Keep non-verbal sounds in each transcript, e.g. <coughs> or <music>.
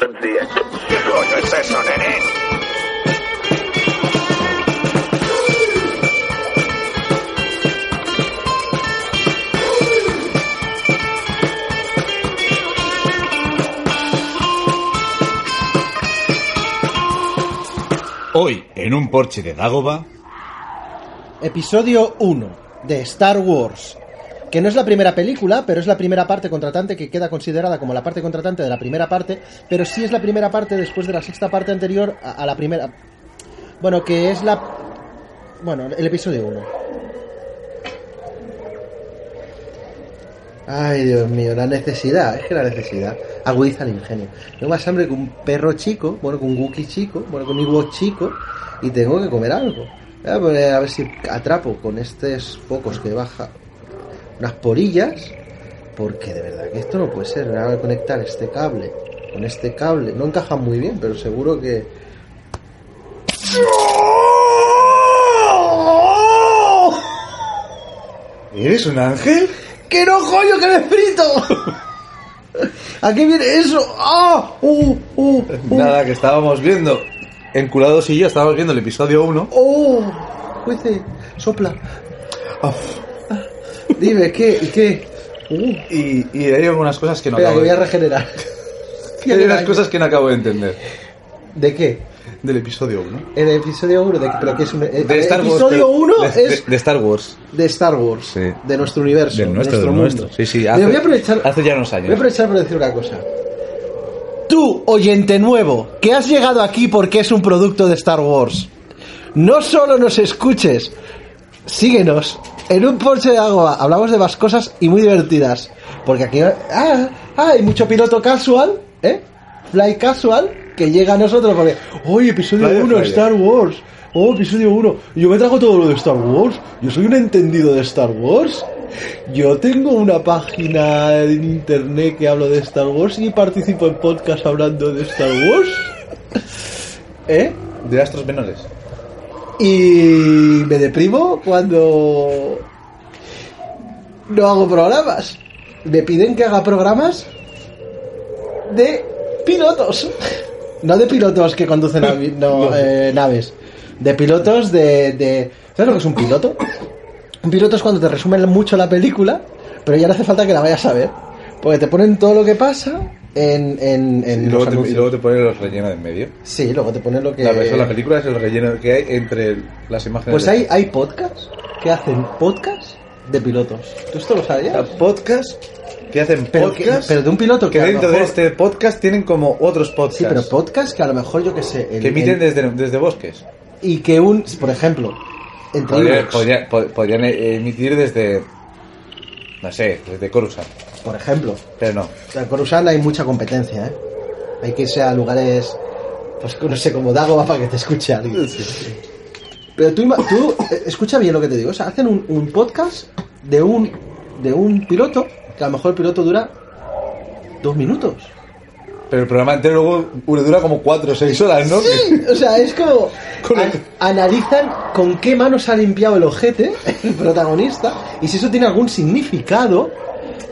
Buenos días. ¿Qué coño es eso, nene? Hoy, en un porche de Dagoba, Episodio 1 de Star Wars. Que no es la primera película, pero es la primera parte contratante que queda considerada como la parte contratante de la primera parte, pero sí es la primera parte después de la sexta parte anterior a, a la primera. Bueno, que es la. Bueno, el episodio 1. Ay, Dios mío, la necesidad, es que la necesidad agudiza el ingenio. Tengo más hambre que un perro chico, bueno, que un guki chico, bueno, que un iguo chico, y tengo que comer algo. Voy a poner a ver si atrapo con estos focos que baja unas porillas, porque de verdad que esto no puede ser. Ahora voy a conectar este cable con este cable. No encaja muy bien, pero seguro que... ¿eres un ángel? ¡Que no, coño, que me frito! <laughs> ¿A qué viene eso? ¡Ah! ¡Uh! ¡Uh! ¡Uh! Nada, que estábamos viendo. Enculados y yo estábamos viendo el episodio 1. ¡Oh! Juece, sopla. Ah. Dime, ¿qué? ¿Qué? Uh, Y, y hay algunas cosas que no espera, que acabo voy a de <laughs> regenerar. Hay unas cosas que no acabo de entender ¿De qué? del episodio 1. El episodio 1 de pero que es un eh, De el Star Wars, episodio pero- 1 de- de- es de Star Wars. de Star Wars, Sí. de nuestro universo, Del nuestro, de del mundo. nuestro. Sí, sí, Pero hace- voy a aprovechar, hace ya unos años. Voy a aprovechar para decir una cosa. Tú, oyente nuevo, que has llegado aquí porque es un producto de Star Wars, no solo nos escuches, síguenos en un Porsche de agua. Hablamos de más cosas y muy divertidas. Porque aquí ah, ah, hay mucho piloto casual, ¿eh? Fly casual, que llega a nosotros porque, oye, episodio Fly de 1, Friday". Star Wars. Oh, episodio 1. Yo me trago todo lo de Star Wars. Yo soy un entendido de Star Wars. Yo tengo una página en internet que hablo de Star Wars y participo en podcast hablando de Star Wars. ¿Eh? De astros menores. Y me deprimo cuando no hago programas. Me piden que haga programas de pilotos. <laughs> No de pilotos que conducen avi- <laughs> no, eh, naves. De pilotos de, de... ¿Sabes lo que es un piloto? Un piloto es cuando te resumen mucho la película, pero ya no hace falta que la vayas a ver. Porque te ponen todo lo que pasa en, en, en Y los luego, te, y anuncios. luego te ponen los rellenos en medio. Sí, luego te ponen lo que... La, eso, la película es el relleno que hay entre el- las imágenes. Pues de- hay, hay podcasts que hacen podcasts de pilotos. ¿Tú esto lo O sabías? sea, podcast que hacen Pero, que- podcast. pero de un piloto que que a lo dentro de mejor- este podcast tienen como otros podcasts. Sí, pero podcasts que a lo mejor yo que sé. el- que emiten el- desde, desde bosques. Y que un, por ejemplo, entre Podrían, iVoox, podría- po- podrían, eh, emitir desde. No sé, desde Coruscant. por ejemplo, Pero no. en Coruscant hay mucha competencia, ¿eh? Hay que irse a lugares, pues no sé, como Dagoba para que te escuche alguien. Pero tú, ima- tú, eh, escucha bien lo que te digo. O sea, hacen un, un podcast de un, de un piloto que a lo mejor el piloto dura dos minutos. Pero el programa entero luego uno dura como 4 o 6 horas, ¿no? Sí, o sea, es como Con el- a- analizan con qué manos ha limpiado el ojete el protagonista y si eso tiene algún significado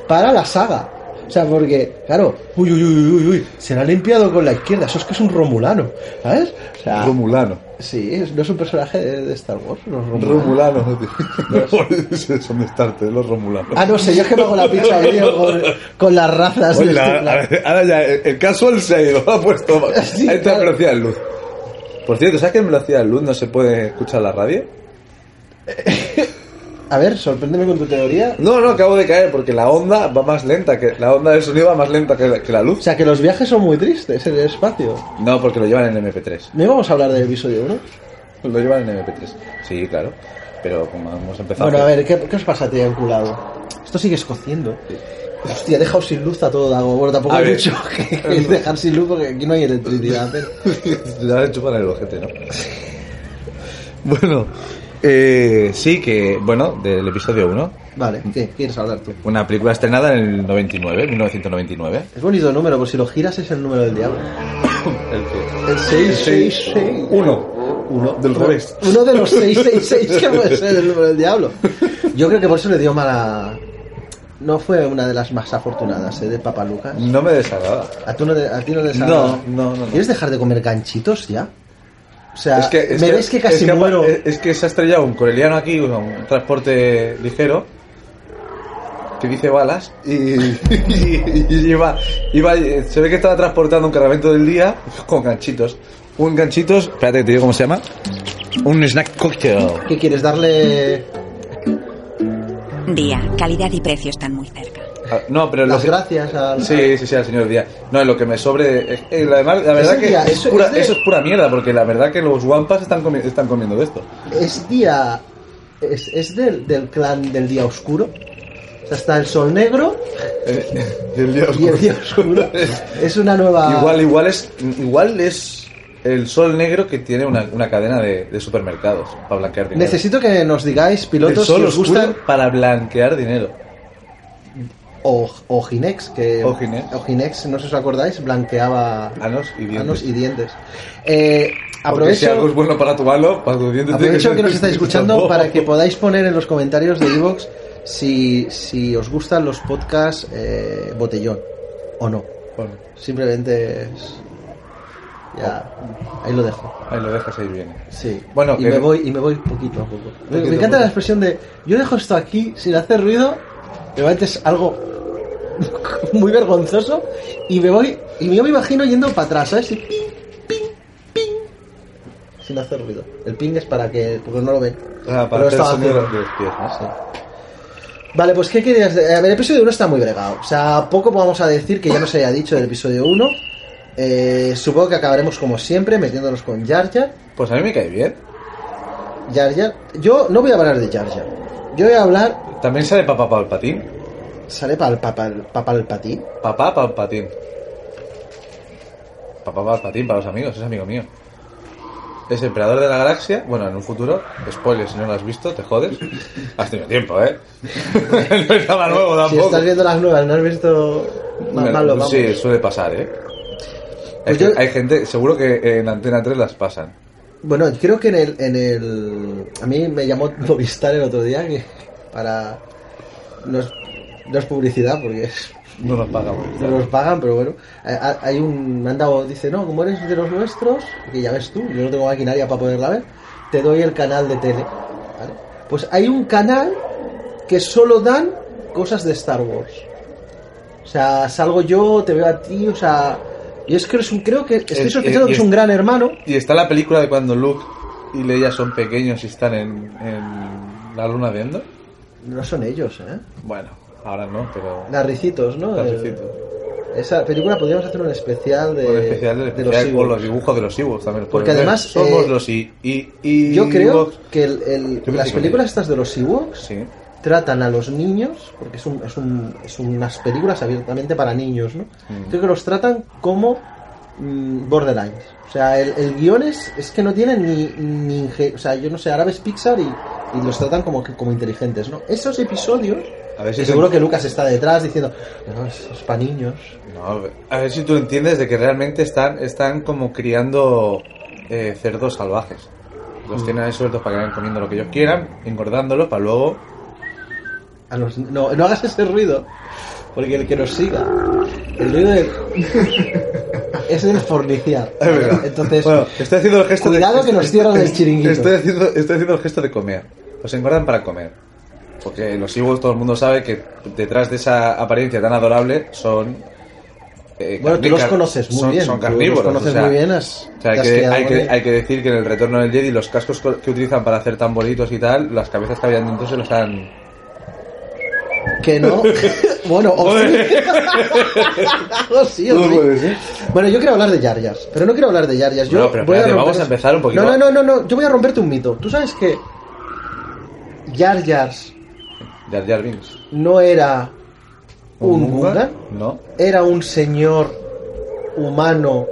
para la saga. O sea, porque, claro, uy, uy, uy, uy, uy, se la ha limpiado con la izquierda, eso es que es un romulano, ¿sabes? O sea, Romulano. sí, es- no es un personaje de, de Star Wars, no es romulano. Pues Romulano, <laughs> ¿no? <laughs> tío. Son de Star Trek, los Romulanos. Ah, no sé, yo es que me hago la pizza tío, con, con las razas de este- Hola, Star- ahora, ahora ya, el, el casual se ha ido, <laughs> ha puesto Sí, ha entrado en claro. velocidad de luz. Por cierto, ¿sabes que en velocidad de luz no se puede escuchar la radio? A ver, sorpréndeme con tu teoría. No, no, acabo de caer porque la onda va más lenta, que la onda del sonido va más lenta que la, que la O luz. sea, que los viajes son muy tristes en el espacio. No, porque lo llevan en MP3. ¿No íbamos a hablar del episodio 1? Lo llevan en MP3. Sí, claro. Pero como hemos empezado... <laughs> Bueno, a ver, ¿qué, qué os pasa, tío enculado? Esto sigues cociendo. Hostia, he dejado sin luz a todo Dago. Bueno, tampoco A he ver. dicho que <laughs> es dejar sin luz porque aquí no hay electricidad. ¿eh? pero- Te la chupan el ojete, ¿no? Bueno, eh, sí que, bueno, del episodio 1, Vale, ¿qué? ¿Quieres hablar tú? una película estrenada en el 99, 1999. Es bonito el número, por si lo giras es el número del diablo. El que... El 666. Uno. Uno Del revés. Uno de los 666 que puede ser el número del diablo. Yo creo que por eso le dio mala. No fue una de las más afortunadas, ¿eh? De Papa Lucas. No me desagrada. ¿A, tú no te- a ti no te No, no, no, no. ¿Quieres dejar de comer ganchitos ya? O sea, es que, es me ves que casi es apa- eh, muero. Es, es que se ha estrellado un coreliano aquí, un, un transporte ligero, que dice balas, y, <laughs> y- y iba, iba- se ve que estaba transportando un cargamento del día con ganchitos. Un ganchitos, espérate que te digo cómo se llama, un snack cocktail. ¿Qué quieres? ¿Darle Día, calidad y precio están muy cerca. Ah, No, pero lo las que- gracias al.? Sí, sí, sí, al señor Díaz. No, lo que me sobre... eh, eh, la, además, la verdad Ese que día, es eso pura- es de- eso es pura mierda, porque la verdad que los guampas están, comi- están comiendo de esto. Es día. Es, es del, del clan del día oscuro. O sea, está el sol negro Eh, <laughs> el día y el día oscuro. es una nueva. Igual, igual es, igual es el sol negro que tiene una, una cadena de, de supermercados para blanquear dinero. Necesito que nos digáis, el pilotos, sol si os oscuro gustan. para blanquear dinero. O, o Ginex, que. O Ginex. o Ginex, no sé si os acordáis, blanqueaba. Anos y dientes. anos y dientes. Eh, Porque si aprovecho. algo es bueno para tu malo, para tus dientes... tiene Aprovecho ser- que <laughs> nos estáis escuchando No. para que podáis poner en los comentarios de Evox si, si os gustan los podcasts eh, botellón o no. Bueno, Simplemente es... Ya, ahí lo dejo. ahí lo dejas ahí bien. Sí. Bueno, y que- me voy y me voy poquito a poco. Me, me Poquito a encanta la poco. expresión de yo dejo esto aquí sin hacer ruido, me metes algo <laughs> muy vergonzoso y me voy y yo me imagino yendo para atrás, ¿sabes? Y ping, ping, ping, sin hacer ruido. El ping es para que porque no lo ven. Ah, Pero para hacer el estaba sonido haciendo- de los pies, ¿no? Sí. Vale, pues ¿qué querías? de- A ver, el episodio 1 está muy bregado. O sea, poco vamos a decir que ya nos haya dicho del episodio 1. Eh, supongo que acabaremos como siempre metiéndonos con Jar Jar. Pues a mí me cae bien. Jar Jar. Yo no voy a hablar de Jar Jar. Yo voy a hablar. También sale papá palpatín. Sale para el papal, papal patín. Papá palpatín. Papá palpatín para los amigos, es amigo mío. Es emperador de la galaxia. Bueno, en un futuro, spoiler, si no lo has visto, te jodes. Has tenido tiempo, ¿eh? <laughs> no es nada nuevo Si tampoco. estás viendo las nuevas, no has visto. Más Bueno, malo, vamos. sí, suele pasar, ¿eh? Hay, Pues yo- gen- hay gente, seguro que en Antena 3 las pasan. Bueno, creo que en el, en el. A mí me llamó Movistar el otro día que para. No es, no es publicidad porque es- No nos pagamos. no nos pagan, pero bueno. Eh, ha- Hay un. Me han dado. Dice, no, como eres de los nuestros, que ya ves tú, yo no tengo maquinaria para poderla ver, te doy el canal de tele. ¿vale? Pues hay un canal que solo dan cosas de Star Wars. O sea, salgo yo, te veo a ti, o sea. Yo es que eres un, creo que. Estoy Es- sospechando es- que es un gran hermano. Y está la película de cuando Luke y Leia son pequeños y están en, en la luna de Endor. No son ellos, ¿eh? Bueno, ahora no, pero... Narricitos, ¿no? Narricito. El- esa película podríamos hacer un especial de, Por especial, de el especial los con Ewoks. los dibujos de los Ewoks también. los Porque pueden ver. además, Somos eh, los I, I, I Yo creo Ewoks. que el- el- pensé las que películas sí. estas de los Ewoks Sí. tratan a los niños, porque es, un- es un- es unas películas abiertamente para niños, ¿no? Mm. Creo que los tratan como mm, borderlines. O sea, el, el guión es, es que no tienen ni, ni inge- O sea, yo no sé, árabes Pixar y, y los tratan como, que- como inteligentes, ¿no? Esos episodios... A ver si que es seguro en- que Lucas está detrás diciendo, no, es, es para niños. No, a ver si tú entiendes de que realmente están, están como criando eh, cerdos salvajes. Mm. Los tienen ahí sueltos para que vayan comiendo lo que ellos quieran, engordándolos para luego... A los- no, no hagas ese ruido, porque el que nos siga, el ruido del- <laughs> es el forniciar. Entonces, Bueno, estoy haciendo el gesto cuidado de... que nos cierran el chiringuito. Estoy haciendo, estoy haciendo el gesto de comer. Los engordan para comer. Porque los Ewoks todo el mundo sabe que detrás de esa apariencia tan adorable son... eh, bueno, tú los carnícar- conoces muy son- bien. Son tú carnívoros. Los conoces o sea, muy bien. has- O sea, hay te has que, quedado hay, con que, él. hay que decir que en el retorno del Jedi los cascos co- que utilizan para hacer tamboritos y tal, las cabezas que habían dentro se los han... <laughs> Que no. bueno, o sí. O sí, <laughs> o No sí. puede ser. Bueno, yo quiero hablar de Jar Jar, pero no quiero hablar de Jar Jar. Yo Bueno, pero voy a espérate, romper- vamos a empezar un poquito. No, no, no, no, no, yo voy a romperte un mito. Tú sabes que Jar Jar Jar Jar Binks. no era ¿Un Gungan? No. Era un señor humano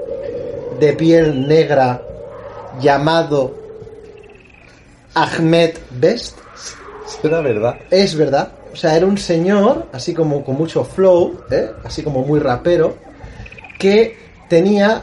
de piel negra llamado Ahmed Best. Será verdad. Es verdad. O sea, era un señor, así como con mucho flow, ¿eh? así como muy rapero, que tenía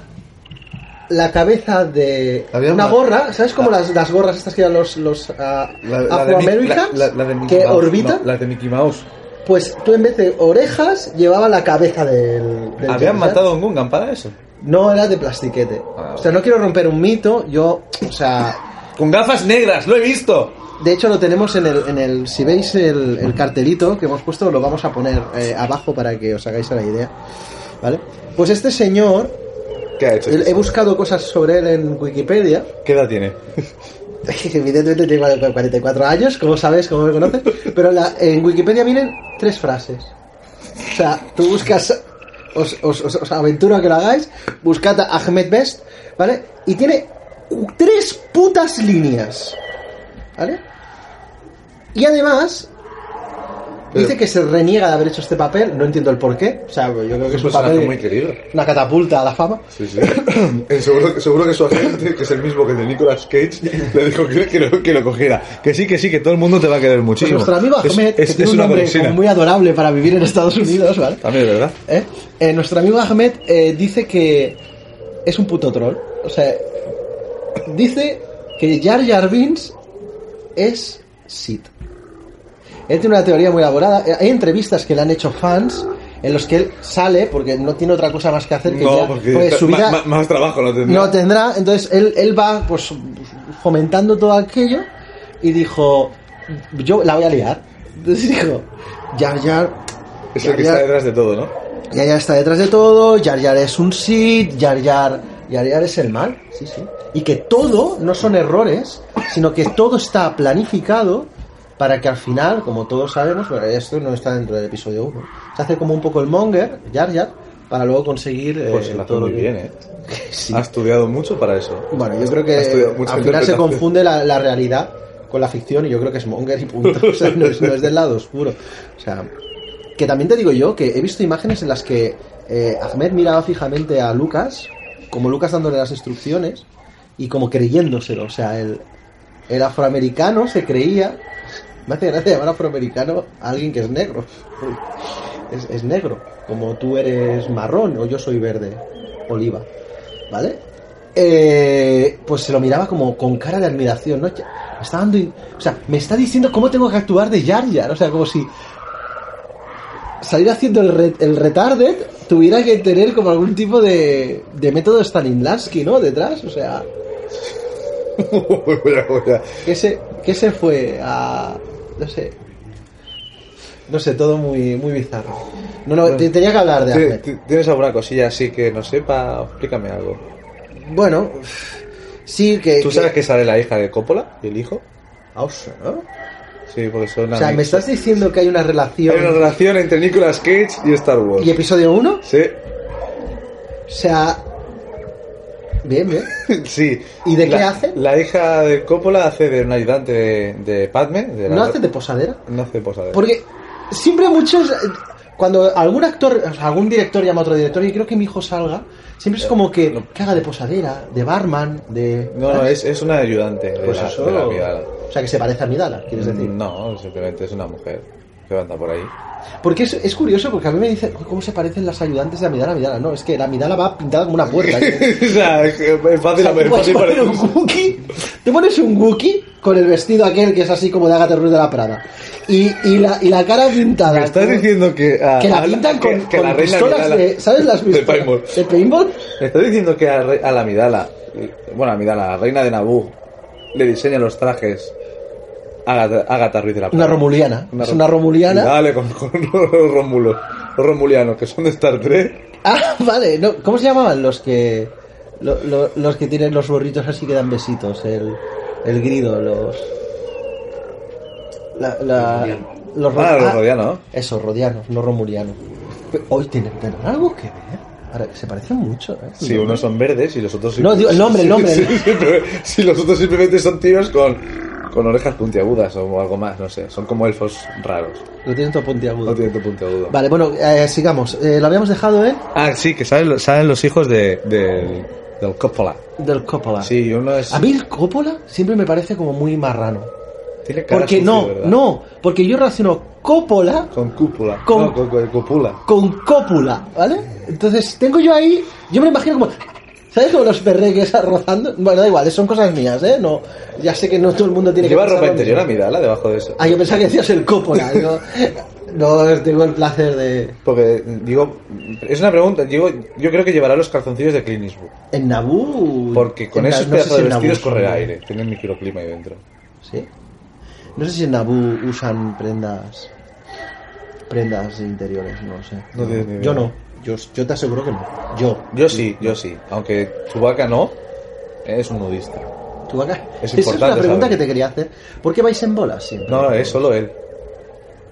la cabeza de Había una- una Ah. gorra, ¿sabes? Como las, las gorras estas que eran los, los ah, La, la de Mickey- la- afroamericanos la- la de Mickey que Mouse, orbitan. no, la de Mickey Mouse. Pues tú en vez de orejas llevaba la cabeza del... del Habían Joker. matado a un Gungan para eso. No, era de plastiquete. Ah. O sea, no quiero romper un mito, yo... O sea, Con gafas negras, lo he visto. De hecho, lo tenemos en el. En el si veis el, el cartelito que hemos puesto, lo vamos a poner eh, abajo para que os hagáis a la idea. ¿Vale? Pues este señor, ¿Qué ha hecho? he, he buscado cosas sobre él en Wikipedia. ¿Qué edad tiene? <laughs> Evidentemente tiene 44 años, como sabes, como me conoces. Pero la- en Wikipedia vienen tres frases. O sea, tú buscas. Os, os, os- os aventuro a que lo hagáis. Buscad a Ahmed Best, ¿vale? Y tiene cu- tres putas líneas. ¿Vale? Y además. Dice Pero- que se reniega de haber hecho este papel, no entiendo el porqué. O sea, yo creo que es un papel. querido. Una catapulta a la fama. Sí, <coughs> sí. Eh, seguro, que- seguro que su agente, que es el mismo que el de Nicolas Cage, le dijo que, que lo, que lo cogiera. Que sí, que sí, que todo el mundo te va a querer Pues muchísimo. nuestro amigo Es- Ahmed, que es, tiene es un una nombre golosina. como muy adorable para vivir en Estados Unidos, ¿vale? También es verdad. ¿Eh? Eh, nuestro amigo Ahmed eh, dice que es un puto troll. O sea, dice que Jar Jar Binks es Sid. Él tiene una teoría muy elaborada. Eh, Hay entrevistas que le han hecho fans en los que él sale porque no tiene otra cosa más que hacer que ya- pues, No, porque su ma- vida ma- más trabajo no tendrá. no tendrá. Entonces él, él va pues fomentando todo aquello y dijo, yo la voy a liar. <laughs> Entonces dijo, Jar Jar es el que ya- está detrás de todo, ¿no? Yar Yar está detrás de todo, Yar Yar es un Sith, Yar Yar, Yar Yar es el mal, sí, sí. Y que todo no son errores, sino que todo está planificado para que al final, como todos sabemos, bueno, esto no está dentro del episodio 1, se hace como un poco el monger, Yar Yar, para luego conseguir eh, Pues lo hace muy que- bien, ¿eh? <laughs> Sí. Ha estudiado mucho para eso. Bueno, yo creo Ha estudiado que mucha al final se interpretación. confunde la, la realidad con la ficción y yo creo que es Monger y punto. <laughs> O sea, no es, no es del lado oscuro. O sea, que también te digo yo que he visto imágenes en las que eh, Ahmed miraba fijamente a Lucas, como Lucas dándole las instrucciones y como creyéndoselo. O sea, el, el afroamericano se creía. Me hace gracia llamar afroamericano a alguien que es negro. <laughs> Es, es negro, como tú eres marrón o yo soy verde, oliva. ¿Vale? Eh, pues se lo miraba como con cara de admiración, ¿no? Ya- Me está dando. in- O sea, me está diciendo cómo tengo que actuar de Jar Jar. O sea, como si. Salir haciendo el, re- el retarded tuviera que tener como algún tipo de, de método Stanislavski, ¿no? Detrás, o sea. <laughs> Voy a- voy a- que se, que se fue a. No sé. No sé, todo muy, muy bizarro. No, no, te- tenía que hablar de Ti- Ahmed. ti- ¿Tienes alguna cosilla así que no sepa? Explícame algo. Bueno, sí, que. ¿Tú sabes que sale la hija de Coppola y el hijo? Ah, o sea, ¿no? Sí, porque son O sea, me amigos. estás diciendo que hay una relación. Hay una relación entre Nicolas Cage y Star Wars. ¿Y episodio 1? Sí, <laughs> O sea. Bien, bien. sí. ¿Y de La- qué hace? La hija de Coppola hace de una ayudante de, de Padme. de la- ¿No hace de posadera? No hace posada. Porque siempre muchos. Cuando algún actor, o sea, algún director llama a otro director y creo que mi hijo salga, siempre es como que, no. que haga de posadera, de barman, de. No, no, es, es una ayudante de, Pues la, eso. de la Mm. Amidala. O sea, que se parece a Midala, quieres decir. No, simplemente es una mujer que anda <laughs> por ahí. <laughs> Porque es, es curioso, porque a mí me dicen, "Uy, ¿cómo se parecen las ayudantes de Amidala a Midala? No, es que la Amidala va pintada como una <laughs> puerta. ¿eh? o sea, es que es O fácil, sea, pues, es tú puedes fácil poner para- un Wookiee, te pones un Wookiee con el vestido aquel que es así como de Agatha Ruiz de la Prada. Y, y, la, y la cara pintada. Me estás como- diciendo que... a- que la a- pintan que- con, que con la reina pistolas Amidala- de. ¿Sabes <laughs> de las pistolas? paintball. ¿De paintball? Me estás diciendo que a, re- a la Midala, bueno, a Midala, la reina de Naboo, le diseña los trajes a Agatha, Agatha Ruiz de la Plata. Una romuliana. es rom- una romuliana. Dale, con, con <laughs> los romulos. Los romulianos, que son de Star Trek. <laughs> Ah, vale. No, ¿Cómo se llamaban los que. lo- lo- los que tienen los burritos así que dan besitos? El, el grido, los. La, la- los ro- Ah, los ah, romulianos. Eso, rodianos, no romulianos. Hoy tienen, tendrán algo que ver. Ahora, se parecen mucho, ¿eh? Si unos son verdes y los otros... <laughs> No, digo, el nombre, el nombre. Si los otros simplemente son tíos con con orejas puntiagudas o algo más, no sé. Son como elfos raros. Lo tienen todo puntiagudo. No tienen tu puntiagudo. Vale, bueno, eh, sigamos. Eh, lo habíamos dejado, ¿eh? Ah, sí, que salen, lo- salen los hijos de, del, del Coppola. Del Coppola. Sí, uno es... Ah. A mí el Coppola siempre me parece como muy marrano. tiene cara Porque sucia, no, ¿verdad? no. Porque yo relaciono Coppola Con cúpula. Con- No, con, con cúpula. con cópula, ¿vale? Entonces tengo yo ahí, yo me lo imagino como, ¿sabes? Como los perreques rozando. Bueno, da igual, son cosas mías, ¿eh? No, ya sé que no todo el mundo tiene Lleva que pensar ropa lo mismo. interior a mirarla debajo de eso. Ah, yo pensaba que decías el cópola. Yo, no tengo el placer de. Porque, digo, es una pregunta, digo, yo creo que llevará los calzoncillos de Clint Eastwood. En Nabú. Porque con en Na- esos no sé pedazos si de en Nabú vestidos son- correrá aire, tienen microclima ahí dentro. Sí. No sé si en Nabú usan prendas. Prendas interiores, no lo sé. No tienes ni idea. Yo no. Yo, yo te aseguro que no. Yo. Yo sí, yo sí. Aunque Chewbacca no, es un nudista. ¿Tú acá? Es Esa es una importante pregunta saber. que te quería hacer. ¿Por qué vais en bolas siempre? No, eh. no, es solo él.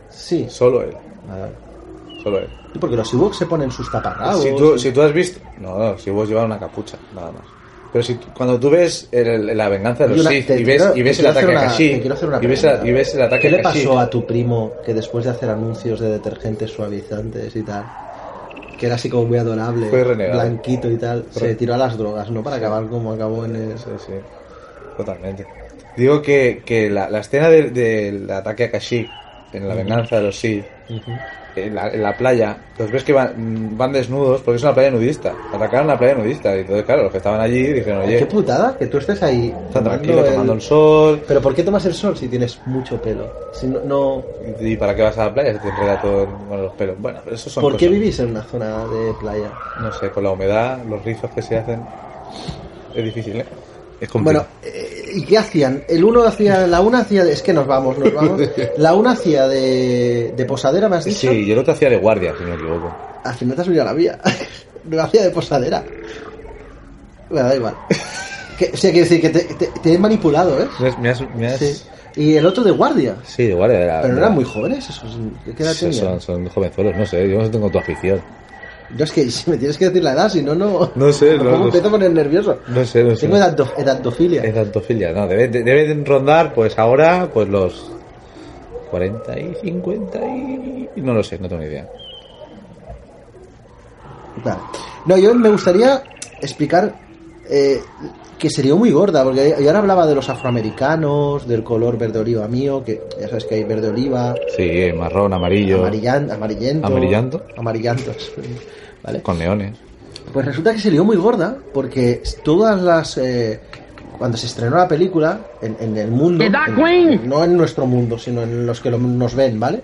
Sí. Solo él. Vale, vale. Solo él. Y Porque los Ewoks se ponen sus taparrabos. si, tú, y- si tú has visto... No, no, si vos llevas una capucha, nada más. Pero si tú- cuando tú ves el- el- la venganza de Y los una- Sith te y ves, quiero- y ves te el quiero hacer ataque a una- Kashyyyk te quiero hacer una y ves, la- pregunta. ¿eh? y ves el ataque ¿Qué le a Kashyyyk, pasó a tu primo que después de hacer anuncios de detergentes suavizantes y tal, que era así como muy adorable, Fue renegado. blanquito y tal, Fue- se tiró a las drogas, ¿no? Para acabar como acabó en el... Sí, sí, totalmente. Digo que, que la, la escena del del ataque a Kashyyyk en Mm. la venganza de los Sith, en la, en la playa, los ves que van, van desnudos porque es una playa nudista. Atacaron la playa nudista y entonces, claro, los que estaban allí dijeron, Qué oye, putada que tú estés ahí. están tomando tranquilos el- tomando el sol. Pero ¿por qué tomas el sol si tienes mucho pelo? Si no... no- ¿Y y para qué vas a la playa? Se te enreda todo en- con los pelos. Bueno, pero eso son ¿Por qué cosas, vivís en una zona de playa? No sé, con la humedad, los rizos que se hacen. Es difícil, ¿eh? Es complicado. Bueno, eh, ¿y qué hacían? El uno hacía, la una hacía de, es que nos vamos, <laughs> nos vamos. La una hacía de, de posadera, me has dicho. sí, yo lo te hacía de guardia, si no me equivoco. Al final te has unido a la vía. <laughs> no hacía de posadera. Bueno, da igual. <laughs> Que, o sea, quiere decir que te, te- te he manipulado, ¿eh? Me has- me has- me has- Sí. Y el otro de guardia. Sí, de guardia de la- Pero no de eran la- muy jóvenes esos. ¿Qué edad Ah, Sí, Son, tenían? son jovenzuelos, no sé, yo no tengo tu afición. Yo es que <laughs> si me tienes que decir la edad, si no, no. No sé, no, tampoco no empiezo sé. a poner nervioso. No sé, no sé. Tengo edado- edatofilia. Es dantofilia, no, deben deben rondar pues ahora pues los 40 y 50 y... No lo sé, no tengo ni idea. Vale. No, yo me gustaría explicar eh, que sería muy gorda, porque yo ahora hablaba de los afroamericanos, del color verde oliva mío, que ya sabes que hay verde oliva, Sí, eh, marrón, amarillo, amarillan- amarillento. ¿Amarillanto? <laughs> Amarillantos. ¿Vale? con leones. Pues resulta que se lió muy gorda porque todas las... eh, cuando se estrenó la película, en, en el mundo... en- no en nuestro mundo, sino en los que lo- nos ven, ¿vale?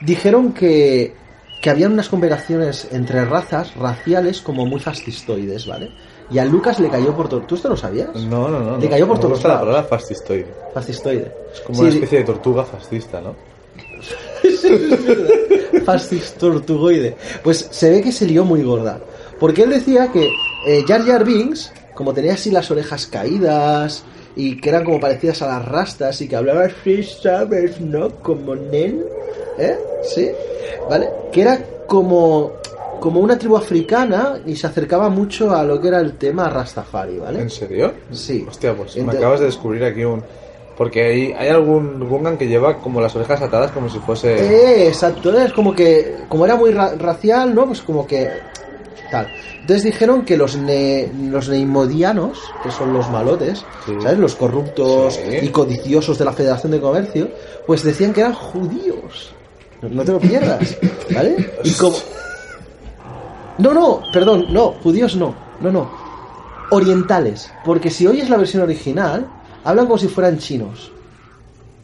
Dijeron que, que habían unas comparaciones entre razas raciales como muy fascistoides, ¿vale? Y a Lucas le cayó por... to- ¿Tú esto lo sabías? No, no, no. Le no. cayó por Me todos gusta la lados. palabra fascistoide. Fascistoide. Es como Sí, una di- especie de tortuga fascista, ¿no? <laughs> Fascistortugoide. Pues se ve que se lió muy gorda. Porque él decía que eh, Jar Jar Binks, como tenía así las orejas caídas y que eran como parecidas a las rastas y que hablaba así, ¿sabes? ¿No? Como Nen. ¿Eh? ¿Sí? ¿Vale? Que era como, como una tribu africana y se acercaba mucho a lo que era el tema Rastafari, ¿vale? ¿En serio? Sí. Hostia, pues me Ente- acabas de descubrir aquí un... Porque hay, hay algún Gungan que lleva como las orejas atadas como si fuese... Eh, exacto, es como que, como era muy ra- racial, ¿no? Pues como que tal. Entonces dijeron que los, ne- los neimodianos, que son los malotes, Sí. ¿sabes? Los corruptos Sí. y codiciosos de la Federación de Comercio, pues decían que eran judíos. No te lo pierdas, ¿vale? Y como... <laughs> No, no, perdón, no, judíos no, no, no. Orientales, porque si oyes la versión original, hablan como si fueran chinos.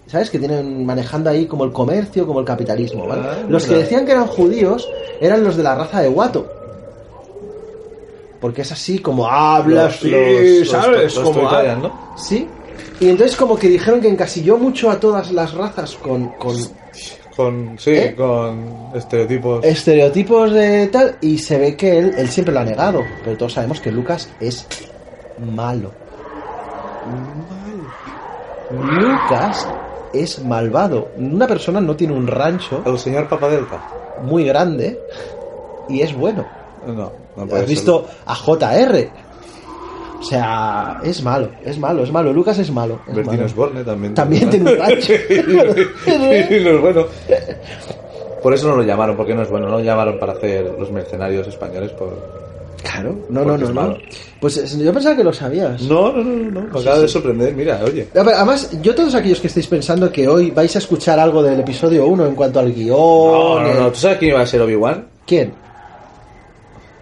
¿Sabes? Que tienen manejando ahí como el comercio, como el capitalismo, ¿vale? Ah, los que mira. decían que eran judíos eran los de la raza de Guato. Porque es así como habla Los- así, los- los- ¿sabes? los como ha- tuitayan, ¿no? Sí. Y entonces como que dijeron que encasilló mucho a todas las razas con, con Con, sí, ¿Eh? con este estereotipos. estereotipos de tal y se ve que él, él siempre lo ha negado. Pero todos sabemos que Lucas es malo. Lucas es malvado. Una persona no tiene un rancho ¿Al señor Papa Delta? muy grande y es bueno. No, no puede Has ser. visto a JR. O sea, es malo, es malo, es malo. Lucas es malo. es Bertino malo. Osborne también. También tiene un gancho. <laughs> no es bueno. Por eso no lo llamaron, porque no es bueno. No lo llamaron para hacer los mercenarios españoles. Por... Claro, no, no, Porque no, es no. malo. Pues es- yo pensaba que lo sabías. No, no, no, no. Me Sí, acaba sí. de sorprender. Mira, oye. A ver, Además, yo todos aquellos que estáis pensando que hoy vais a escuchar algo del episodio 1 en cuanto al guión... No, no, el- no. ¿Tú sabes quién iba a ser Obi-Wan? ¿Quién?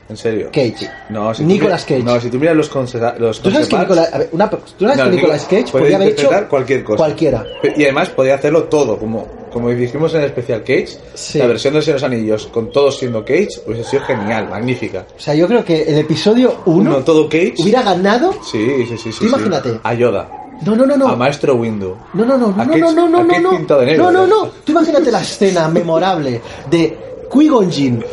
¿En serio? Cage. No, si tú Nicolas mi- Cage. No, si tú miras los conse- los ¿Tú sabes que concepts- Nicolas, a ver, una- ¿tú sabes No, que Nicolas Nicolas Cage puede podría haber hecho interpretar cualquier cosa. cualquiera? Pe- Y además podía hacerlo todo, como, como dijimos en el especial Cage, Sí. la versión de los Señor de los Anillos, con todos siendo Cage, hubiese sido genial, magnífica. O sea, yo creo que el episodio 1 No, todo Cage. hubiera ganado... Sí, sí, sí, sí. Tú sí. imagínate. A Yoda, No, no, no, no. a Maestro Windu. No, no, no, no, ¿A no, qué- no, no, no, a qué no. pinta de negro? no, no, no. Tú imagínate la escena memorable de Qui-Gon Jinn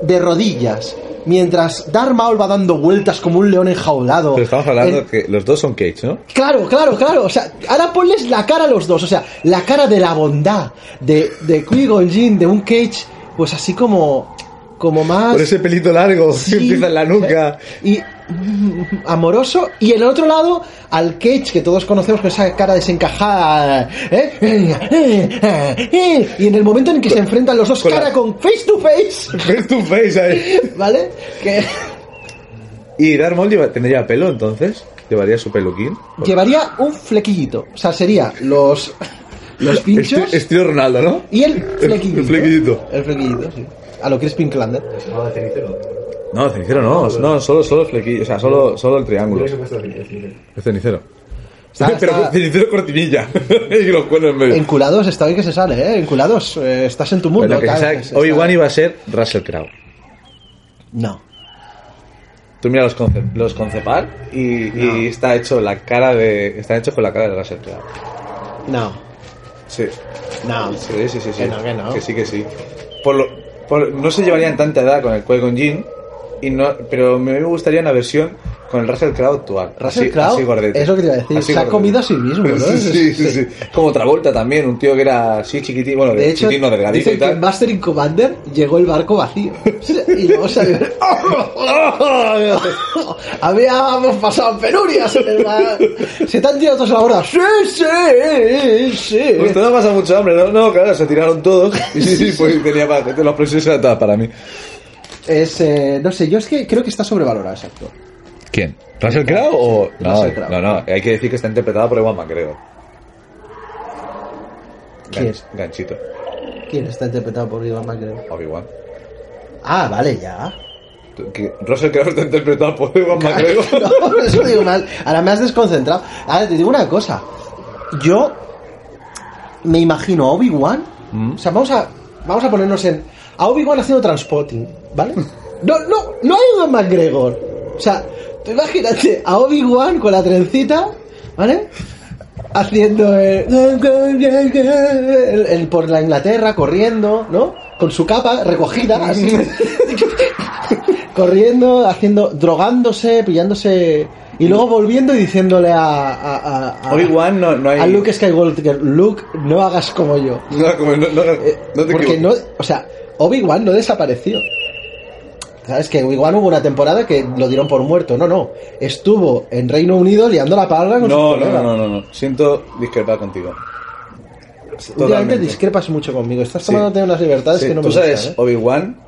de rodillas mientras Darth Maul va dando vueltas como un león enjaulado. Pero estamos hablando En- que los dos son Cage, ¿no? Claro, claro, claro. O sea, ahora ponles la cara a los dos. O sea, la cara de la bondad de, de Qui-Gon Jinn, de un Cage, pues así como, como más... pelito largo Ah, <laughs> Sí. Y mm, amoroso. Y en el otro lado, al Cage, que todos conocemos con esa cara desencajada. ¿eh? Y en el momento en que se enfrentan los dos Con la- cara con face to face. Ver tu face ahí. ¿Vale? Que ¿Y Darth Maul lleva- tendría pelo entonces? ¿Llevaría su peluquín? llevaría un flequillito. O sea, sería los, los pinchos. Esti- Estilo Ronaldo, ¿no? Y el flequillito. El flequillito. El flequillito, sí. A lo Crispin Klander. No, de cenicero. No, cenicero no, no, solo, solo flequillo, o sea, solo, solo el triángulo. Yo que he puesto de cenicero. El cenicero. Está- <laughs> Pero está- cenicero cortinilla. <laughs> y los cuernos en medio. Enculados, está bien que se sale, ¿eh? Enculados, eh, estás en tu mundo. Bueno, que tal, se se sabe, Obi-Wan sale. iba a ser Russell Crowe. No. Tú mira los, conce- los concepal y, y está hecho la cara de. Está hecho con la cara de Russell Crowe. No. Sí, No. sí, sí, sí. sí. Ah, Que no, que no. sí, que sí. Por lo, por- no se llevarían tanta edad con el Qui-Gon Jinn, y no, pero me gustaría una versión con el Russell Crowe actual. Russell así, Crowe, así gordete. es lo que te iba a decir, Así se ha gordete. comido a sí mismo, <laughs> ¿no? sí, sí, sí, sí. Como Travolta también, un tío que era así chiquitito, bueno, De hecho, chiquitino, delgadito dicen y que tal. en Master in Commander llegó el barco vacío. y luego salió... <laughs> Habíamos pasado penurias en el mar. Se te han tirado todos a la borda. Sí, sí, sí. <laughs> Pues todo pasa mucho hambre, ¿no? No, claro, se tiraron <laughs> todos. Y sí, sí, pues tenía para los precios eran todas para mí. Es, eh, no sé, yo es que creo que está sobrevalorado ese actor. ¿Quién? ¿Russell Crowe o.? No, Russell Crowe. no, no, hay que decir que está interpretado por Ewan creo. ¿Quién? Ganchito. ¿Quién está interpretado por Iván McGregor? Obi-Wan. Ah, vale, ya. Que Russell Crowe está interpretado por Ewan McGregor. <laughs> No, eso digo mal. Ahora me has desconcentrado. Ahora te digo una cosa. Yo me imagino a Obi-Wan. O sea, vamos a, vamos a ponernos en. A Obi-Wan haciendo transporting, ¿vale? No, no, no hay Iwan McGregor. O sea, tú imagínate a Obi-Wan con la trencita, ¿vale? Haciendo el, el- el por la Inglaterra, corriendo, ¿no? Con su capa recogida, <laughs> así. corriendo, haciendo, drogándose, pillándose y luego volviendo y diciéndole a, a, a- a- Obi-Wan no, no hay. a Luke Skywalker, Luke, no hagas como yo, <laughs> No, como, no, no, no Eh, te porque equivoques. no, o sea, Obi Wan no desapareció. Sabes que Obi Wan hubo una temporada que lo dieron por muerto, no, no, estuvo en Reino Unido liando la palabra No, con sus no, colegas. no, no, no. Siento discrepar contigo. Últimamente Totalmente. discrepas mucho conmigo, estás Sí. tomándote unas libertades Sí, que no Tú me sabes, gustan, ¿eh? Obi-Wan,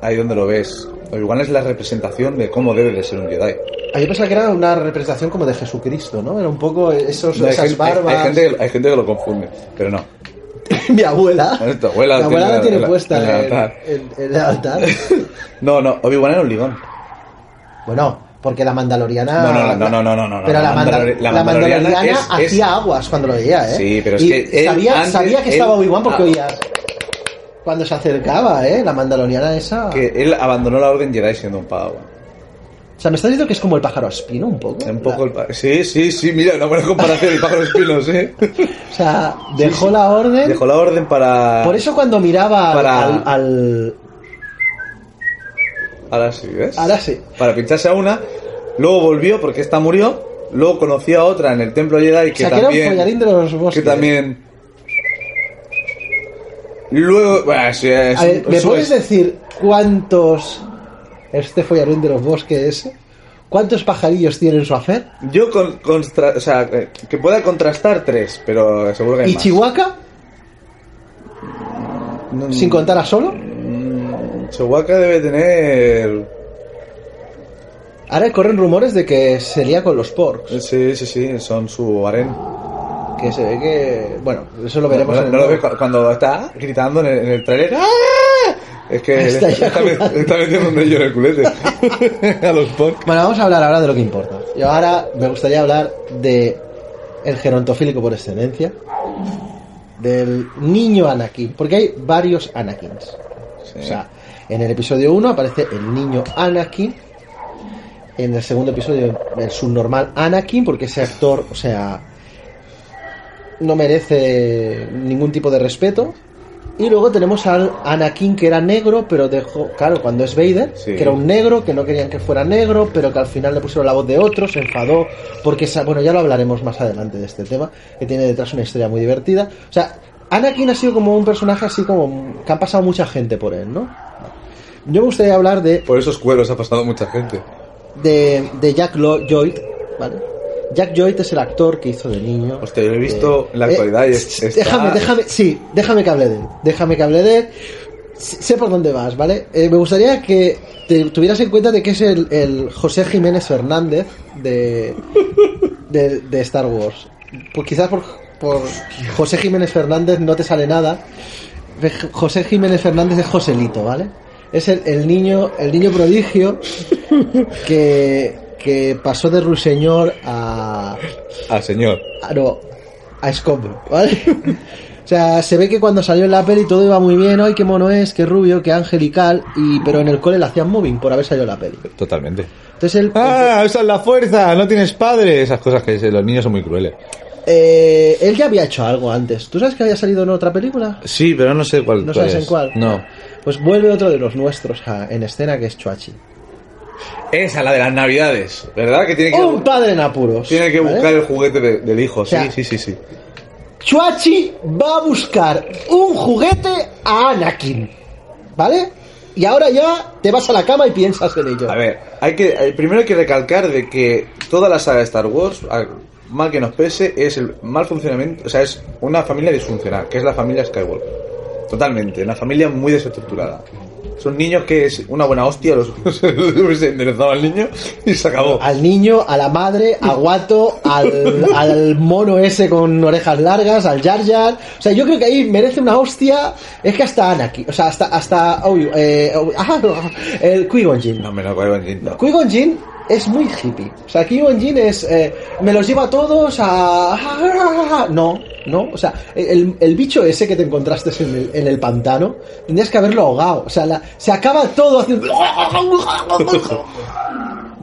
ahí donde lo ves. Obi-Wan es la representación de cómo debe de ser un Jedi. Ah, yo pensaba que era una representación como de Jesucristo, ¿no? Era un poco esos, No, hay, esas gente, hay- barbas. hay gente que, hay gente que lo confunde, pero no. <laughs> Mi abuela. Bueno, tu abuela mi la abuela tiene la tiene en la- puesta en el en, altar. en- en <laughs> el altar. No, no, Obi-Wan era un ligón. bueno, porque la mandaloriana. No, no, no, no, no, no, no, Pero la, la manda- Mandalori- la la mandaloriana, Mandaloriana es- es- hacía aguas cuando lo veía, ¿eh? Sí, pero es Y que él sabía, antes- sabía que estaba él- Obi-Wan porque ah. oía. Cuando se acercaba, ¿eh? La mandaloriana esa. Que él abandonó la Orden Jedi siendo un padawan. O sea, me estás diciendo que es como el pájaro espino, un poco. Un poco el pa- Sí, sí, sí, mira, una buena comparación, el pájaro espinos, ¿eh? O sea, dejó la orden. Dejó la Orden para... Por eso cuando miraba al- Para- al- al, Ahora sí, ¿ves? Ahora sí. Para pincharse a una, luego volvió porque esta murió, luego conoció a otra en el templo Jedi que sea, que era un también... follarín de los bosques. Que también... Luego... Bueno, sí, es A un- ver, ¿me eso es. puedes decir cuántos este follarón de los bosques ¿Cuántos pajarillos tiene en su afer? Yo con, constra- o sea, eh, que pueda contrastar tres, pero seguro que hay ¿Y más. Chihuahua? No, ¿Sin contar a solo? mm, Chihuahua debe tener... Ahora corren rumores de que se lía con los porcs. Eh, Sí, sí, sí, son su harén. Que se ve que. Bueno, eso lo No, veremos no- en el no lo nuevo. ves cu- cuando está gritando en el, en el trailer. ¡Ah! Es que le Está está, está met- eyaculando. está metiendo un dedillo en el <laughs> culete. a los porcos. Bueno, vamos a hablar ahora de lo que importa. Y ahora me gustaría hablar de el gerontofílico por excelencia, del niño Anakin, porque hay varios Anakins. O sea, en el episodio 1 aparece el niño Anakin, en el segundo episodio el subnormal Anakin, porque ese actor, o sea, no merece ningún tipo de respeto. Y luego tenemos al Anakin que era negro, pero dejó, claro, cuando es Vader, Sí. que era un negro, que no querían que fuera negro, pero que al final le pusieron la voz de otro, se enfadó, porque, esa- bueno, ya lo hablaremos más adelante de este tema, que tiene detrás una historia muy divertida. O sea, Anakin ha sido como un personaje así como que han pasado mucha gente por él, ¿no? Yo me gustaría hablar de Por esos cueros ha pasado mucha gente. de, de Jack Lo- Lloyd, ¿vale? Jack Lloyd es el actor que hizo de niño. Hostia, yo lo he visto en la actualidad y es- <laughs> está- Eh, Déjame, déjame, sí, déjame que hable de él. Déjame que hable de él. S- Sé por dónde vas, ¿vale? Eh, me gustaría que te tuvieras en cuenta de que es el, el José Jiménez Fernández de, de, de Star Wars. Pues quizás por, por José Jiménez Fernández no te sale nada. Ve- José Jiménez Fernández es Joselito, ¿vale? Es el, el niño, el niño prodigio que, que pasó de Ruiseñor a, Al señor. Ah, no, a escombro, ¿vale? <laughs> O sea, se ve que cuando salió en la peli todo iba muy bien, ay, qué mono es, qué rubio, qué angelical, y pero en el cole le hacían moving por haber salido en la peli. Totalmente. Entonces él, Ah, usas la fuerza, no tienes padre. Esas cosas que dicen, los niños son muy crueles. eh, él ya había hecho algo antes. ¿Tú sabes que había salido en otra película? Sí, pero no sé cuál No cuál sabes es. en cuál. No. Pues vuelve otro de los nuestros a- en escena que es Chuachi. Esa, la de las navidades. ¿Verdad? Que tiene que, Un padre en apuros. tiene que ¿vale? buscar el juguete de- del hijo. Sí, sea, sí, sí, sí. Chuachi va a buscar un juguete a Anakin, ¿vale? Y ahora ya te vas a la cama y piensas en ello. A ver, hay que, eh, primero hay que recalcar de que toda la saga de Star Wars, a- mal que nos pese, es el mal funcionamiento, o sea, es una familia disfuncional, que es la familia Skywalker. Totalmente, una familia muy desestructurada. Son niños que es una buena hostia, los, <laughs> se enderezaba al niño y se acabó. al niño, a la madre, a Guato, al, al mono ese con orejas largas, al Jar Jar. O sea, yo creo que ahí merece una hostia. Es que hasta Anakin, o sea, hasta. hasta oh, eh, oh, ah, no, <laughs> el Qui-Gon Jinn. No me lo acuerdo, no. Qui-Gon Jinn es muy hippie. O sea, Qui-Gon Jinn es. eh, me los lleva a todos a. No, no. O sea, el, el bicho ese que te encontraste en el, en el pantano, tendrías que haberlo ahogado. O sea, la- se acaba todo haciendo.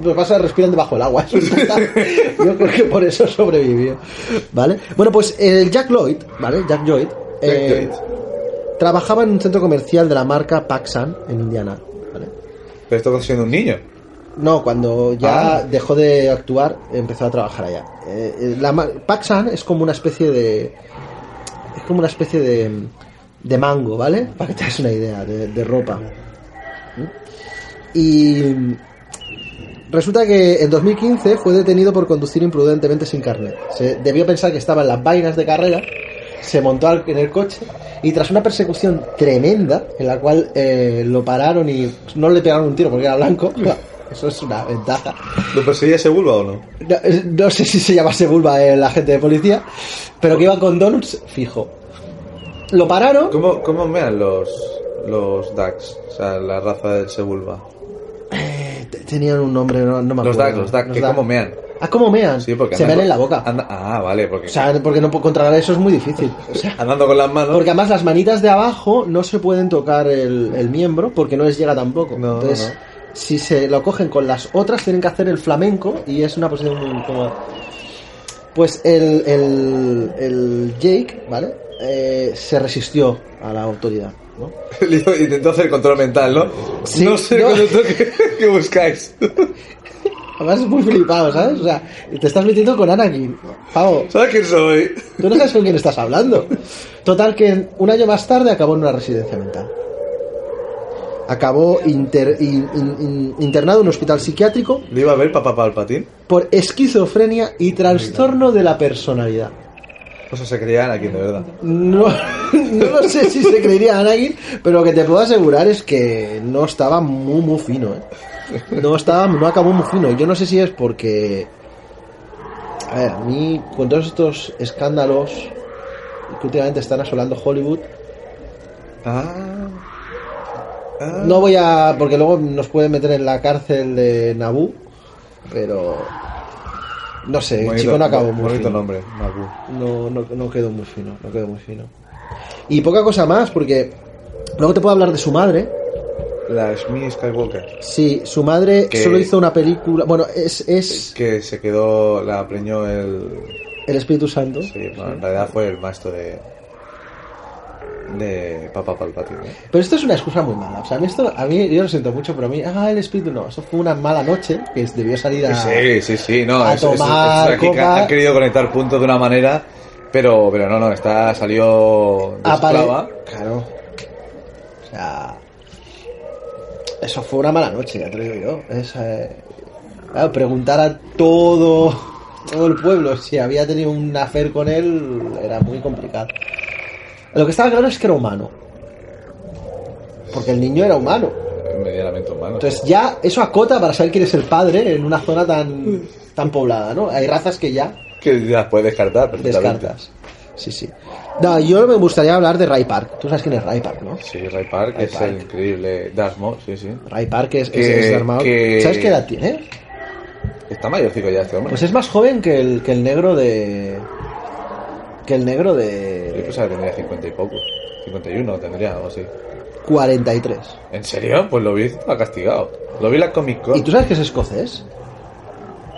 Lo que pasa es respirando bajo el agua. <laughs> eso está. Yo creo que por eso sobrevivió. ¿Vale? Bueno, pues el Jack Lloyd, ¿vale? Jack Lloyd. eh, Trabajaba en un centro comercial de la marca Paxan en Indiana. ¿vale? Pero esto siendo un niño. No, cuando ya Ah. dejó de actuar, empezó a trabajar allá. Eh, eh, la ma- Paxan es como una especie de. Es como una especie de. de mango, ¿vale? Para que te hagas una idea, de, de ropa. Y. mm, Resulta que en 2015 fue detenido por conducir imprudentemente sin carnet. Se debió pensar que estaba en las vainas de carrera, se montó al- en el coche y tras una persecución tremenda, en la cual eh, lo pararon y no le pegaron un tiro porque era blanco, Mm. <laughs> eso es una ventaja. ¿Lo perseguía ese vulva o no? No, eh, no sé si se llamase Bulba el agente de policía, pero que iba con donuts fijo. Lo pararon. ¿Cómo, cómo mean los, los Dax? O sea, la raza del Sebulba. Eh, te- Tenían un nombre, no, no me acuerdo. Los Dax, los Dax, que cómo mean. Ah, ¿cómo mean? Sí, porque se andan mean en la con- boca. anda- ah, vale, porque O sea, porque no controlar eso es muy difícil. O sea, andando con las manos. Porque además las manitas de abajo no se pueden tocar el, el miembro porque no les llega tampoco. No, Entonces, si se lo cogen con las otras, tienen que hacer el flamenco y es una posición muy incómoda. Pues el, el, el Jake, ¿vale? Eh, se resistió a la autoridad, ¿no? <laughs> Le digo, Intentó hacer control mental, ¿no? Sí, no sé no. con esto que, <laughs> que buscáis. Además es muy flipado, ¿sabes? O sea, te estás metiendo con Anakin. Pavo, ¿Sabes quién soy? Tú no sabes con quién estás hablando. Total que un año más tarde acabó en una residencia mental. Acabó inter- in- in- in- internado en un hospital psiquiátrico ¿Le iba a ver papá Palpatín? por esquizofrenia y trastorno de la personalidad. O sea, Pues se creían aquí, de verdad. No, <laughs> no lo sé si se creería Anakin, pero lo que te puedo asegurar es que no estaba muy muy fino, ¿eh? No estaba, no acabó muy fino. Yo no sé si es porque. A ver, a mí, con todos estos escándalos que últimamente están asolando Hollywood, Ah. ah. no voy a. porque luego nos pueden meter en la cárcel de Naboo, pero. No sé, el Bonito- eh, chico no acabó muy Bonito fino. nombre, Nabu. no, no, no quedó muy fino, no quedó muy fino. Y poca cosa más, porque luego te puedo hablar de su madre. La Smith Skywalker. Sí, su madre Que- solo hizo una película. Bueno, es, es Que se quedó, la preñó el, el Espíritu Santo. Sí, bueno, en realidad fue el maestro de. de Papa Palpatine. ¿eh? Pero esto es una excusa muy mala. O sea, a mí esto, a mí, yo lo siento mucho, pero a mí, ah, el Espíritu no. Eso fue una mala noche que es- debió salir a. Sí, sí, sí, no, a es, es- es- tomar aquí que copa. han querido conectar puntos de una manera, pero, pero no, no, está, salió de a pare- esclava. Claro. O sea. Eso fue una mala noche, ya te lo digo yo. Es, eh, claro, preguntar a todo, todo el pueblo si había tenido un afer con él era muy complicado. Lo que estaba claro es que era humano. Porque el niño era humano. Medianamente humano. Entonces ya eso acota para saber quién es el padre en una zona tan, tan poblada, ¿no? Hay razas que ya que ya puedes descartar perfectamente. descartas. Sí, sí. No, yo me gustaría hablar de Ray Park. Tú sabes quién es Ray Park, ¿no? Sí, Ray Park Ray es Park. el increíble Dasmo, sí, sí. Ray Park es, es- Que- es armado. que- ¿Sabes qué edad tiene? Está mayorcico ya este hombre. Pues es más joven que el, que el negro de. Que el negro Yo de. pensaba que pues tendría 50 y pocos. 51 tendría, o así. 43. ¿En serio? Pues lo vi, estaba castigado. Lo vi en la Comic Con. ¿Y tú sabes que es escocés?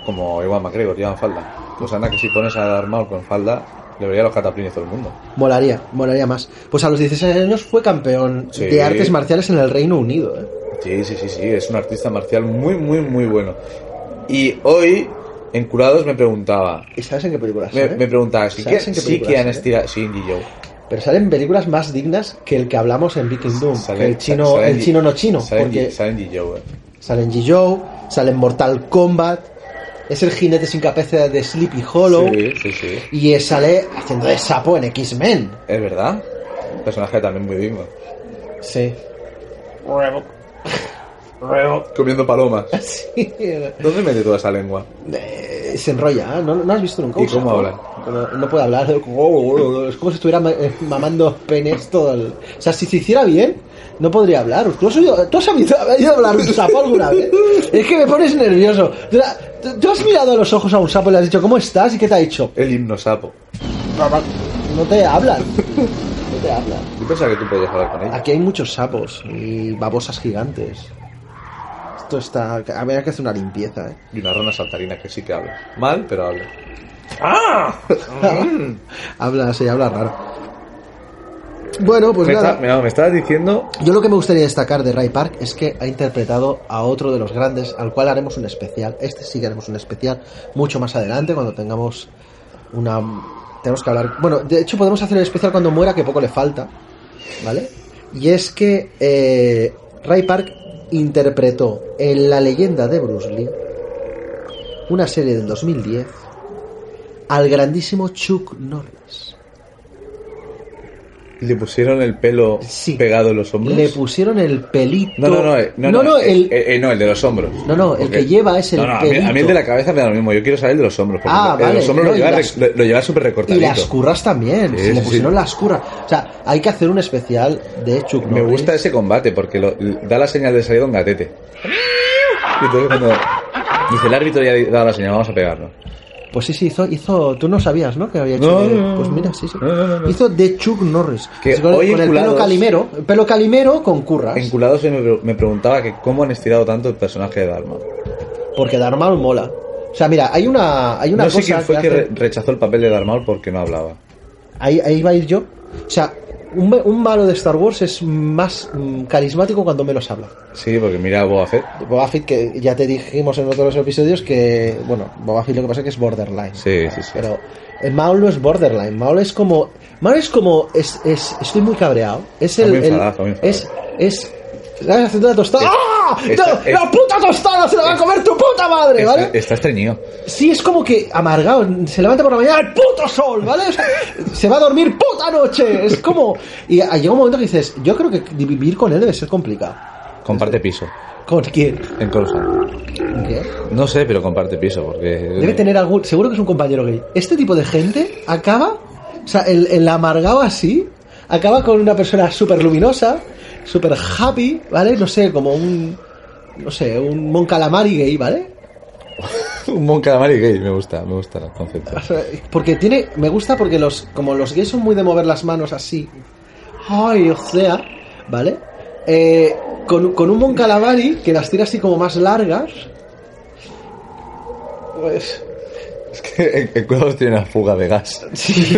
como Iwan McGregor, llevan falda. Pues anda que si pones a Armor con falda, le vería los cataplines todo el mundo. Molaría, molaría más. Pues a los 16 años fue campeón Sí. de artes marciales en el Reino Unido. ¿eh? Sí, sí, sí, sí, es un artista marcial muy, muy, muy bueno. Y hoy, en Curados, me preguntaba, ¿Y sabes en qué películas? me, sale? me preguntaba, si que, ¿Sabes en qué sí película que han sale? estirado, sí, Indy Joe. Pero salen películas más dignas que el que hablamos en Viking Doom. Sale- que el chino, sale el G- chino no chino. Sale, porque G- sale Indy Joe, eh. salen G-Joe, salen Mortal Kombat, es el jinete sin cabeza de Sleepy Hollow. Sí, sí, sí. Y sale haciendo de sapo en X-Men. Es verdad. Personaje también muy digno. Sí. Comiendo palomas. ¿Dónde mete toda esa lengua? Eh, se enrolla, ¿eh? ¿No, no has visto nunca? ¿Y un cómo sapo? habla? No, no puede hablar. Es como "Oh, si estuviera ma- eh, mamando penes todo el... O sea, si se hiciera bien, no podría hablar. ¿Tú has oído, tú has sabido- has oído hablar de un sapo alguna vez? Es que me pones nervioso. ¿Tú, tú- tú has mirado a los ojos a un sapo y le has dicho, ¿cómo estás? ¿Y qué te ha dicho? El himno sapo. No te hablan. No te hablan. Yo pensaba que tú podías hablar con ella. Aquí hay muchos sapos y babosas gigantes. Esto está. Habría que hacer una limpieza, ¿eh? Y una rana saltarina que sí que habla. Mal, pero habla. habla, sí, habla raro. Bueno, pues me, nada. está- me- me estabas diciendo Yo lo que me gustaría destacar de Ray Park es que ha interpretado a otro de los grandes, al cual haremos un especial. Este sí que haremos un especial mucho más adelante, cuando tengamos una. Tenemos que hablar. Bueno, de hecho, podemos hacer el especial cuando muera, que poco le falta. ¿Vale? Y es que eh, Ray Park interpretó en La leyenda de Bruce Lee, una serie del 2010, al grandísimo Chuck Norris. ¿Le pusieron el pelo Sí. pegado en los hombros? Le pusieron el pelito. no, no, no, eh, no, no, eh, el, eh, eh, no, el de los hombros. No, no, el Porque- que lleva es el No, no, a mí, a mí el pelito. de la cabeza me da lo mismo. Yo quiero saber el de los hombros. Porque el de Ah, los vale, hombros no, lo y lleva, las- rec- lo, lo lleva súper Y recortadito. las curras también. Sí, se le sí, pusieron sí. las curras. O sea, hay que hacer un especial de Chuck Me Norris. gusta ese combate porque lo- da la señal de salida un gatete. Y entonces cuando dice el árbitro ya ha dado la señal, vamos a pegarnos. Pues sí, sí, hizo, hizo. Tú no sabías, ¿no? Que había hecho. No, de- no, no. pues mira, sí, sí. No, no, no, no. Hizo de Chuck Norris. Que Sí, con el- hoy con el pelo Culados- calimero. el Pelo calimero con curras. En Culados me, pre- me preguntaba que cómo han estirado tanto el personaje de Dharma. Porque Darmal mola. O sea, mira, hay una, hay una No cosa sé quién fue que hace- re- rechazó el papel de Dharma porque no hablaba. Ahí, ahí va a ir yo. O sea, un, un malo de Star Wars es más mm, carismático cuando menos habla. Sí, porque mira a Boba Fett. Boba Fett, que ya te dijimos en otros episodios que, bueno, Boba Fett lo que pasa es que es borderline. Sí, sí, sí. Pero el Maul no es borderline, Maul es como... Maul es como... Es, es- estoy muy cabreado. Es Está el... muy el- enfadado, está muy enfadado. es, es ¿Sabes? Haciendo la tostada. ¡Ah! esta- ¡No! ¡La es- puta tostada se la va a comer tu puta madre! Está, ¿Vale? está estreñido. Sí, es como que amargado. Se levanta por la mañana el puto sol, ¿vale? O sea, se va a dormir puta noche. Es como. Y llega un momento que dices, yo creo que vivir con él debe ser complicado. Comparte Este- piso ¿Con quién? en Coruscant. ¿Con quién? No sé, pero comparte piso porque... Debe tener algún. Seguro que es un compañero gay. Este tipo de gente acaba. O sea, el, el amargado así. Acaba con una persona súper luminosa. Súper happy, ¿vale? No sé, como un. No sé, un Mon Calamari gay, ¿vale? <laughs> Un mon calamari gay, me gusta, me gusta el concepto. O sea, Porque tiene. Me gusta porque los. Como los gays son muy de mover las manos así. Ay, o sea. ¿Vale? Eh, con, con un Mon Calamari que las tira así como más largas. Pues. Es que en, en Cuevas tiene una fuga de gas. Sí.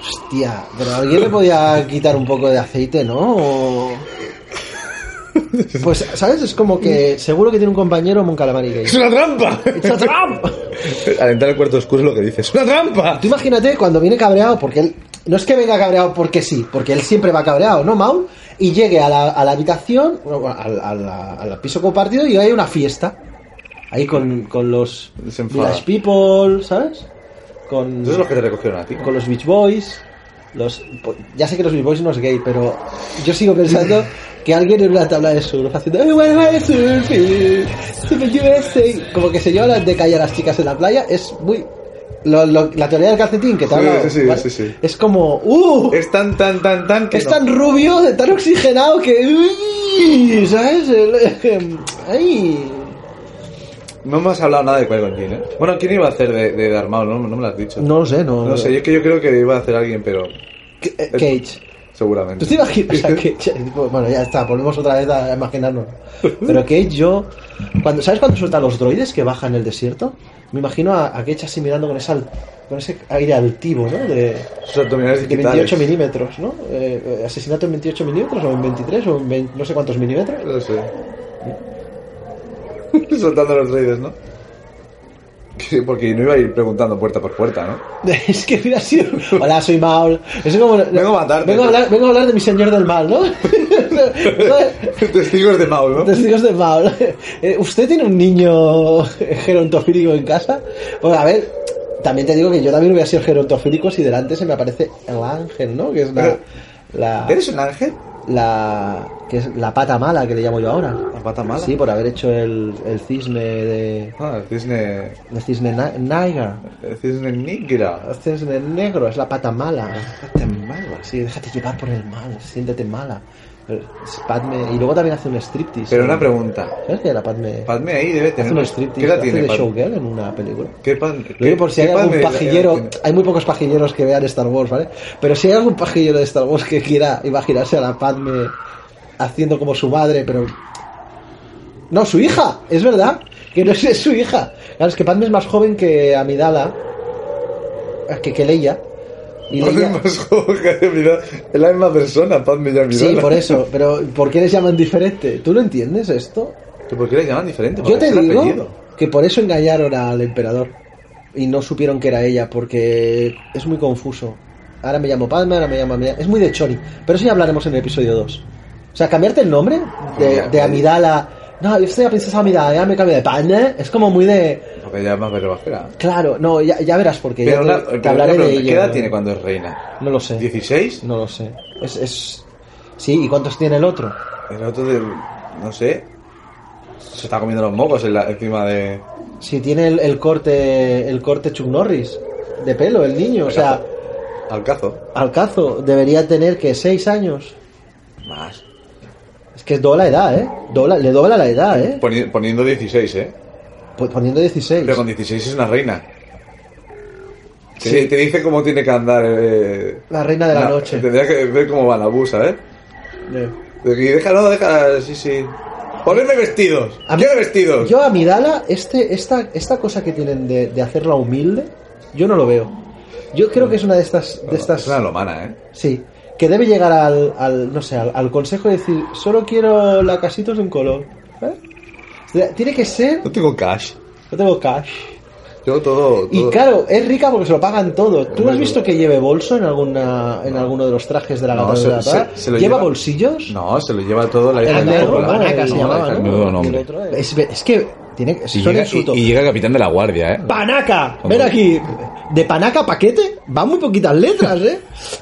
Hostia, pero alguien le podía quitar un poco de aceite, ¿no? O- Pues, ¿sabes? Es como que seguro que tiene un compañero Mon Calamari gay. ¡Es una trampa! It's a trap. <laughs> Al entrar al cuarto oscuro es lo que dice. ¡Es una trampa! Tú imagínate cuando viene cabreado, porque él. No es que venga cabreado porque sí, porque él siempre va cabreado, ¿no, Mau? Y llegue a la, a la habitación, bueno, al, al- al piso compartido y hay una fiesta. Ahí con, con los Se enfada. Village People, ¿sabes? Con. Esos son los que te recogieron a ti. con los Beach Boys. Los, po- ya sé que los Beach Boys no es gay, pero yo sigo pensando que alguien en una tabla de surf haciendo "I wanna surf it, surf USA", como que se lleva las de calle a las chicas en la playa, es muy... lo- lo- la teoría del calcetín que Sí, te habla sí, sí, sí. es como... ¡Uh! Es tan, tan, tan, tan que. es no. tan rubio, de tan oxigenado que... uy, ¿Sabes? El- <laughs> ¡Ay! No me has hablado nada de Qui-Gon Jinn, ¿eh? Bueno, ¿quién iba a hacer de, de Darth Maul? No, no me lo has dicho. No lo sé, no... No sé, yo, que yo creo que iba a hacer alguien, pero C- eh, Cage. seguramente. ¿Tú te <laughs> imaginas a Cage? Bueno, ya está, volvemos otra vez a imaginarnos. Pero Cage, yo. Cuando, ¿Sabes cuando suelta a los droides que bajan el desierto? Me imagino a, a Cage así mirando con, esa, al- con ese aire altivo, ¿no? De, Sus abdominales de 28 digitales. milímetros, ¿no? Eh, eh, asesinato en 28 milímetros, o en 23, o en 20 no sé cuántos milímetros. <laughs> No sé. <laughs> Soltando los reyes, ¿no? Que- Porque no iba a ir preguntando puerta por puerta, <laughs> ¿no? Es que hubiera sido. Hola, soy Maul. Es como. Vengo a matarte. Vengo a hablar, vengo a hablar de mi señor del <laughs> mal, ¿no? <laughs> Testigos de Maul, ¿no? Testigos de Paul. <laughs> Eh, ¿Usted tiene un niño <laughs> gerontofílico en casa? Pues a ver, también te digo que yo también hubiera sido gerontofílico si delante se me aparece el ángel, ¿no? Que es la. Pero- la ¿Eres un ángel? la que es la pata mala que le llamo yo ahora. ¿La pata mala? Sí, por haber hecho el, el cisne de. Ah, el cisne. El cisne na- Niger. El cisne negra. El cisne negro, es la pata mala. Déjate mala, Sí, déjate llevar por el mal, siéntete mala. Eh, Padme- Y luego también hace un striptease. Pero ¿no? una pregunta. ¿Sabes que la Padme. Padme ahí debe Hace tener. un ¿Qué striptease. la hace tiene? de Pad- showgirl en una película. ¿Qué pan? Lo digo por qué si hay algún Padme era- pajillero. tiene? Hay muy pocos pajilleros que vean Star Wars, ¿vale? Pero si hay algún pajillero de Star Wars que quiera imaginarse a la Padme haciendo como su madre, pero. No, su hija, es verdad. Que no <laughs> es su hija. Claro, es que Padme es más joven que Amidala. eh, Que, que Leia. Y Padme Leia. más joven que Amidala. Es la misma persona, Padme ya Sí, por eso. Pero ¿por qué les llaman diferente? ¿Tú no entiendes esto? ¿Por qué le llaman diferente? Yo Porque te es el digo apellido. que por eso engañaron al emperador y no supieron que era ella, porque es muy confuso. Ahora me llamo Padme, ahora me llamo Amidala. Es muy de chori, pero eso ya hablaremos en el episodio 2. O sea, cambiarte el nombre de, de Amidala. No, yo soy la princesa Amidala, ya me cambio de Padme. Es como muy de. Porque ya es más verbajera. Claro, no, ya, ya verás porque Pero ya una, te- te, pero una hablaré de pregunta, ella. ¿Qué edad tiene cuando es reina? No lo sé. ¿16? No lo sé. Es, es. Sí, ¿y cuántos tiene el otro? El otro de... No sé. Se está comiendo los mocos en la- encima de... Si tiene el, el corte. El corte Chuck Norris. De pelo, el niño. O sea. Al cazo. Alcazo debería tener que 6 años. Más. Es que es dobla la edad, ¿eh? Dobla- le dobla la edad, ¿eh? Poni- poniendo 16, ¿eh? Pu- Poniendo 16. Pues, Pero con 16 es una reina. Te, Sí. te dice cómo tiene que andar... eh, La reina de la no, noche. Tendría que ver cómo va la busa, ¿eh? Eh. De que déjalo, déjalo... Sí, sí. Ponerme vestidos. A mí- Quiero vestidos. Yo a Midala, este, esta, esta cosa que tienen de, de hacerla humilde, yo no lo veo. Yo creo que es una de estas... De estas Es una lomana, ¿eh? sí. Que debe llegar al, al, no sé, al, al consejo y decir, solo quiero la casitos de un color. ¿eh? O sea, Tiene que ser... No tengo cash. No tengo cash. Yo Yo todo. Y todo- claro, es rica porque se lo pagan todo. ¿Tú no has visto que lleve bolso en alguna en alguno de los trajes de la No, gata se- de la se- Parra? se lo ¿Lleva lleva- bolsillos? No, se lo lleva todo la hija El de la negro, Coppola. ¿no? El- se llamaba, la hija de ¿no? Coppola. Menudo nombre. Es, es que tiene, Y son llega, insultos. y- y llega capitán de la guardia, ¿eh? ¡Panaca! Ven aquí. De panaca a paquete van muy poquitas letras, ¿eh?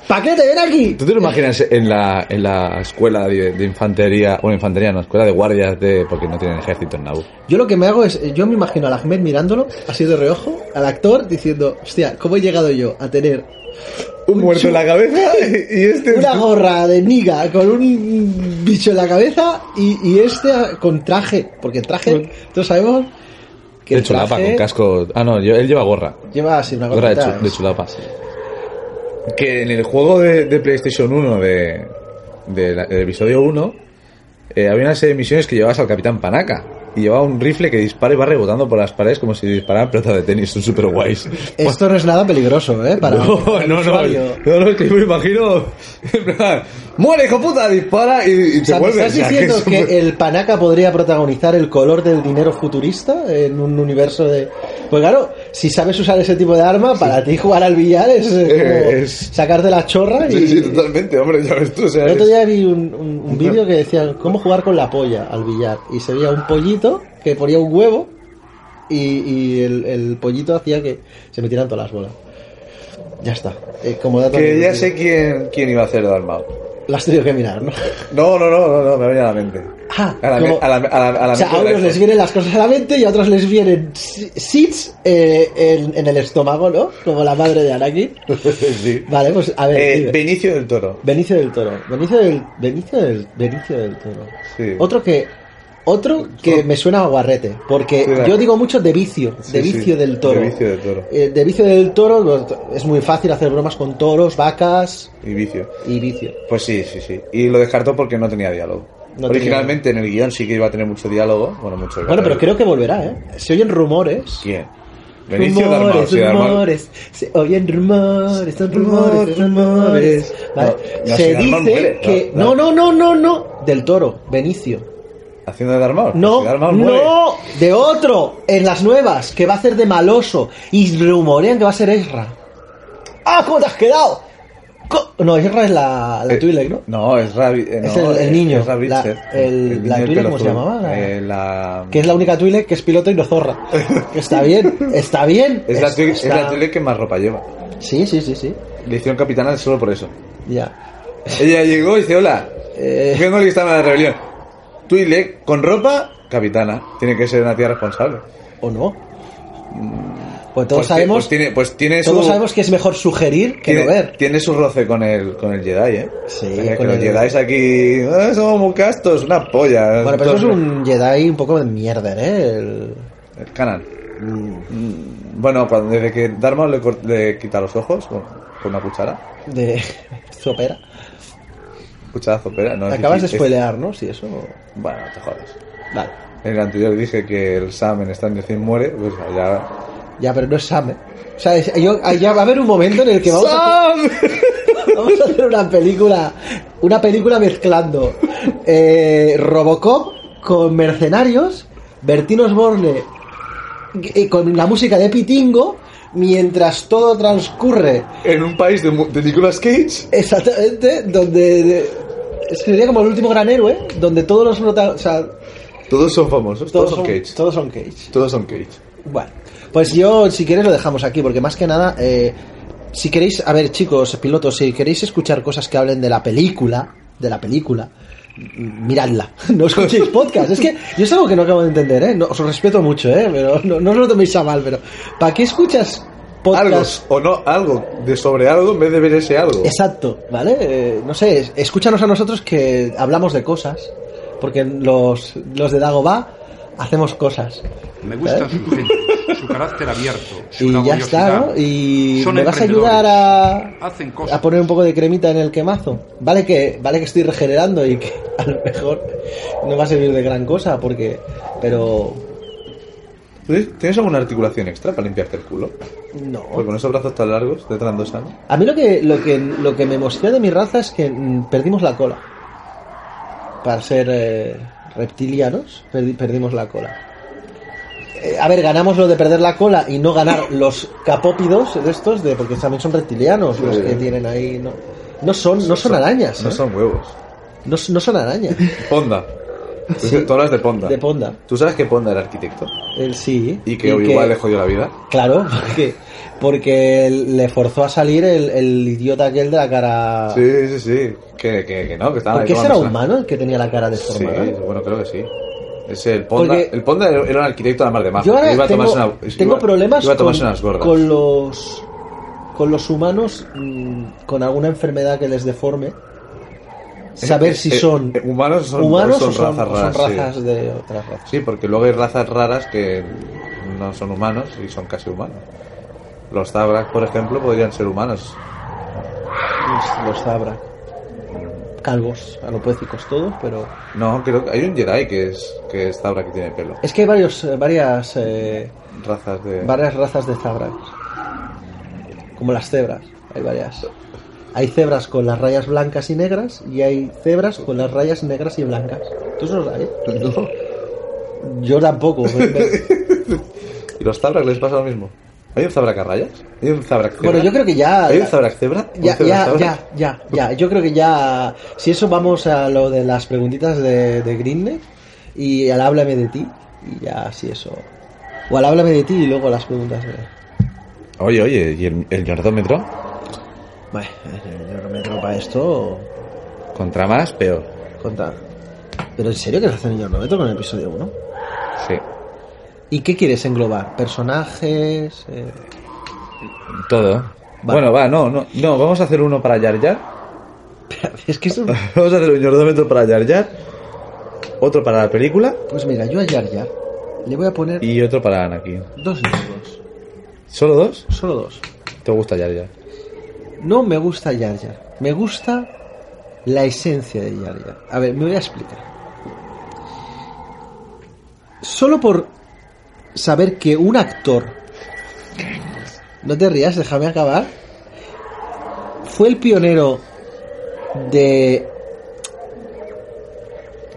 ¡Paquete, ven aquí! ¿Tú te lo <laughs> imaginas en la, en la escuela de, de infantería, bueno, infantería no, escuela de guardias de, porque no tienen ejército en Naboo? Yo lo que me hago es, yo me imagino al Ahmed mirándolo, así de reojo, al actor diciendo, hostia, ¿cómo he llegado yo a tener Un muerto en la cabeza y este... una gorra de miga con un bicho en la cabeza y, y este con traje? Porque el traje, todos sabemos que de el chulapa, traje con casco... Ah, no, yo- él lleva gorra. lleva así una Gorra de, gorrita. chu- de chulapa. Que en el juego de, de PlayStation 1 de, de la- del episodio 1 eh, había una serie de misiones que llevabas al Capitán Panaca. Y llevaba un rifle que dispara y va rebotando por las paredes como si dispararan pelotas de tenis. Son super guays. <laughs> Esto no es nada peligroso, ¿eh? Para, no, para <laughs> el no, no, usuario. no, no, es que yo me imagino. En plan, muere, hijo puta, dispara y, y O te sea, ¿me vuelve. ¿Estás o sea, diciendo es que, súper- el panaca podría protagonizar el color del dinero futurista en un universo de...? Pues claro, si sabes usar ese tipo de arma, para ti jugar al billar es, eh, Eh, como es- sacarte la chorra <laughs> y... Sí, sí, totalmente, hombre, ya ves tú. O sea, El otro es- día vi un, un- un vídeo que decía cómo jugar con la polla al billar y se veía un pollito que ponía un huevo y, y el, el pollito hacía que se metieran todas las bolas. Ya está. Eh, como dato Que ya divertido. sé quién, quién iba a hacer Dalmau. Lo has tenido que mirar, ¿no? No, no, no, no, no, me venía a la mente. Ah, a la, me- como- a la- a la- a la o sea, mente de a la unos les Xbox. vienen las cosas a la mente y a otros les vienen si- sits eh, en, en el estómago, ¿no? Como la madre de Araki. <laughs> sí. <laughs> Vale, pues a ver. Eh, dime. Benicio del Toro. Benicio del Toro. Benicio del, Benicio del, Benicio del Toro. Sí. Otro que, otro que me suena a guarrete, porque Sí, claro. yo digo mucho de vicio, Sí, de sí, vicio del Toro. de Vicio del Toro. Eh, de vicio del Toro lo- es muy fácil hacer bromas con toros, vacas Y vicio. y vicio. Pues sí, sí, sí. Y lo descartó porque no tenía diálogo. No tenía Originalmente en el guión sí que iba a tener mucho diálogo. Bueno, mucho Bueno, pero creo que volverá, ¿eh? Se oyen rumores. ¿Quién? Benicio rumores, Dalmau. sí, Dalmau. rumores, se oyen rumores, son rumores, rumores. Vale. No, no, se si Dalmau dice muere, que no, no, no, no, no, no, del Toro, Benicio. ¿Haciendo de Dalmau? No, Si Dalmau muere. no, de otro, en las nuevas, que va a ser de maloso. Y rumorean que va a ser Ezra. ¡Ah, cómo te has quedado! Co- No, Ezra es la, la Eh, Twi'lek, ¿no? No, es Rabi. eh, Es no, el- el niño, es Rabi la- Richard. el- niño la del Twi'lek, pelo ¿cómo se azul. llamaba? Eh, la... Que es la única Twi'lek que es piloto y no zorra. Está bien, está bien. <laughs> Es la, Twi'lek- es está- la Twi'lek que más ropa lleva. Sí, sí, sí, sí. Le hicieron capitana solo por eso. Ya. Ella llegó y dice, hola, Eh. vengo listando a la rebelión. Twi'lek, con ropa, capitana. Tiene que ser una tía responsable. ¿O no? Pues Pues todos ti- sabemos. pues tiene- pues tiene todos su- sabemos que es mejor sugerir que tiene, no ver. Tiene su roce con el, con el Jedi, ¿eh? Sí, O sea, que con los el- Jedi aquí... "Ah, somos muy castos, una polla. Bueno, pero eso es Entonces, un Jedi un poco de mierda, ¿eh? El- El canal. Mm. Mm, Bueno, cuando, desde que Darma le, cort- le quita los ojos con, con una cuchara. de <laughs> sopera. Cuchara zopera. No, es Acabas de difícil, es- spoilear, ¿no? Sí, eso. Bueno, te jodas. Vale. En el anterior dije que el Sam en Stranger Things muere, pues allá... Ya, pero no es Sam. ¿eh? O sea, es- yo- ya va a haber un momento en el que vamos a, vamos a hacer <laughs> una película, una película mezclando eh, Robocop con mercenarios, Bertino Osborne y con la música de Pitingo, mientras todo transcurre En un país de, mu- de Nicolas Cage. exactamente donde de- es que sería como el último gran héroe, donde todos los prota- o sea, Todos son famosos, todos, todos son son- Cage. todos son Cage. Todos son Cage. Bueno, pues yo, si queréis, lo dejamos aquí, porque más que nada, eh, si queréis, a ver, chicos, pilotos, si queréis escuchar cosas que hablen de la película, de la película, m- miradla, <laughs> no escuchéis podcast. Es que yo es algo que no acabo de entender, ¿eh? No, os lo respeto mucho, ¿eh? Pero no, no os lo toméis a mal, pero ¿para qué escuchas Algo, podcast? o no, algo, de sobre algo en vez de ver ese algo. Exacto, ¿vale? Eh, no sé, es- escúchanos a nosotros que hablamos de cosas, porque los, los de Dago va hacemos cosas. Me gusta su gente, su carácter abierto, su ¿Eh? y ya laboriosidad. está, ¿no? Y Son me vas a ayudar a, Hacen cosas. a poner un poco de cremita en el quemazo. Vale que, vale que estoy regenerando y que a lo mejor no va a servir de gran cosa porque, pero ¿Tienes tienes alguna articulación extra para limpiarte el culo? Oh. no. Porque con esos brazos tan largos, de trando sano. A mí lo que, lo que, lo que me emociona de mi raza es que mm, perdimos la cola. Para ser eh, reptilianos, perdi- perdimos la cola. eh, a ver, ganamos lo de perder la cola y no ganar los capópidos de estos, de, porque también son reptilianos los que tienen ahí. No, no son, no son arañas. No ¿eh? son huevos. No, no son <laughs> arañas. Ponda. Tú, <laughs> Sí. tú hablas de Ponda. De Ponda. ¿Tú sabes que Ponda era arquitecto? El sí. Y que igual le jodió la vida. Claro, <laughs> porque, porque le forzó a salir el, el idiota aquel de la cara. Sí, sí, sí. Que, que, que no, que estaba porque ahí ese era tomándose la- humano el que tenía la cara Sí, deformada. ¿no? bueno, creo que sí. Ese, el Ponda, Porque- el Ponda era era un arquitecto de la mar de mar. Yo ahora iba a tengo, tomarse una- tengo iba- problemas Iba a tomarse con, unas gordas. con los con los humanos mm, con alguna enfermedad que les deforme. Saber si Eh, son eh, humanos son- humanos son o son razas son raras, sí. razas de otras razas. Sí, porque luego hay razas raras que no son humanos y son casi humanos. Los Zabrak, por ejemplo, podrían ser humanos. Los, los Zabrak. Calvos, alopécicos todos, pero... No, creo que hay un Jedi que es que es Zabrak que tiene pelo. Es que hay varios, eh, varias, eh, Razas de. varias razas de Zabrak. Como las cebras, hay varias. Hay cebras con las rayas blancas y negras y hay cebras con las rayas negras y blancas. ¿Tú eso lo sabes? Yo tampoco. me- me- ¿Y los Zabrak les pasa lo mismo? ¿Hay un Zabrak a rayas? ¿Hay un Zabrak cebra? <laughs> Bueno, yo creo que ya... ¿Hay un Zabrak cebra? ¿Un Ya, Zabrak ya, Zabrak? ya, ya, ya. Yo creo que ya. Si eso vamos a lo de las preguntitas de, de Grindr y al háblame de ti. Y ya, si eso. O al háblame de ti y luego las preguntas de. Oye, oye, ¿y el, el Metro? Bueno, yo no me entro para esto. Contra más, peor. Contar. Pero en serio que se hace el meto con el episodio 1. Sí. ¿Y qué quieres englobar? ¿Personajes? Eh, <laughs> Todo. Bueno, va, no, no, no, vamos a hacer uno para Yar Yar. Es que eso. <laughs> Vamos a hacer un yordómetro para Yar Yar, otro para la película Pues mira, yo a Yar Yar le voy a poner y otro para Anakin. dos libros. ¿Solo dos? Solo dos. ¿Te gusta Yar Yar? No me gusta Jar Jar. Me gusta la esencia de Jar Jar. A ver, me voy a explicar. Solo por saber que un actor... No te rías, déjame acabar. Fue el pionero de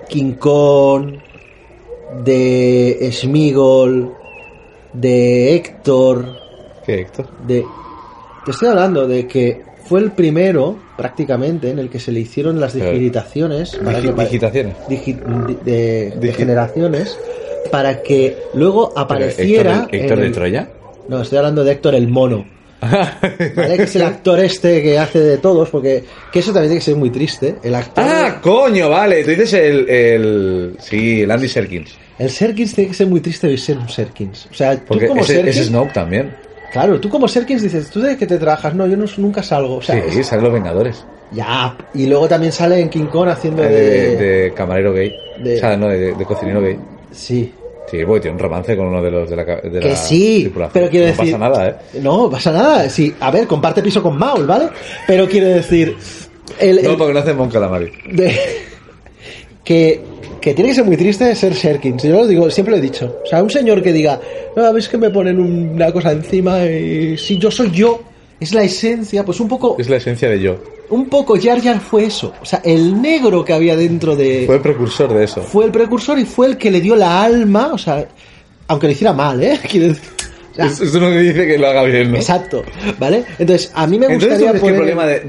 King Kong, de Smigol, de Héctor, ¿Qué, Héctor? de te estoy hablando de que fue el primero prácticamente en el que se le hicieron las Claro. digitaciones para Eh. Digi- que pa- digitaciones. digi- di- de, de Digi- generaciones para que luego apareciera Héctor, Héctor en de el- Troya? <laughs> no estoy hablando de Héctor el mono ¿vale? que <laughs> es el actor este que hace de todos porque que eso también tiene que ser muy triste el actor ¡Ah, coño! Vale, tú dices el, el... Sí, el Andy Serkins. el Serkins tiene que ser muy triste de ser un Serkins o sea tú Porque como ese, Serkins ese Snoke también. claro tú como Serkins dices tú de que te trabajas no yo no- nunca salgo o sea, es- sí, salen los Vengadores. Ya, y luego también sale en King Kong haciendo Eh, de... De, de camarero gay. de- O sea, no, de, de cocinero gay. Sí. Sí, porque tiene un romance con uno de los de la, ca- de Que la sí, tripulación. pero quiero no decir... pasa nada, ¿eh? No, pasa nada. Sí, a ver, comparte piso con Maul, ¿vale? Pero quiero decir... El, No, el- porque no hace Mon Calamari. de- que, que tiene que ser muy triste ser Serkins. Yo lo digo, siempre lo he dicho. O sea, un señor que diga, no, ves que me ponen una cosa encima y si yo soy yo, es la esencia, pues un poco... Es la esencia de yo. Un poco Jar Jar fue eso. O sea, el negro que había dentro de... Fue el precursor de eso. fue el precursor y fue el que le dio la alma, o sea, aunque lo hiciera mal, ¿eh? <laughs> Quiero decir, o sea, Es, es uno que dice que lo haga bien, ¿no? Exacto, ¿vale? Entonces, a mí me Entonces, ¿tú gustaría crees que el poner- problema de,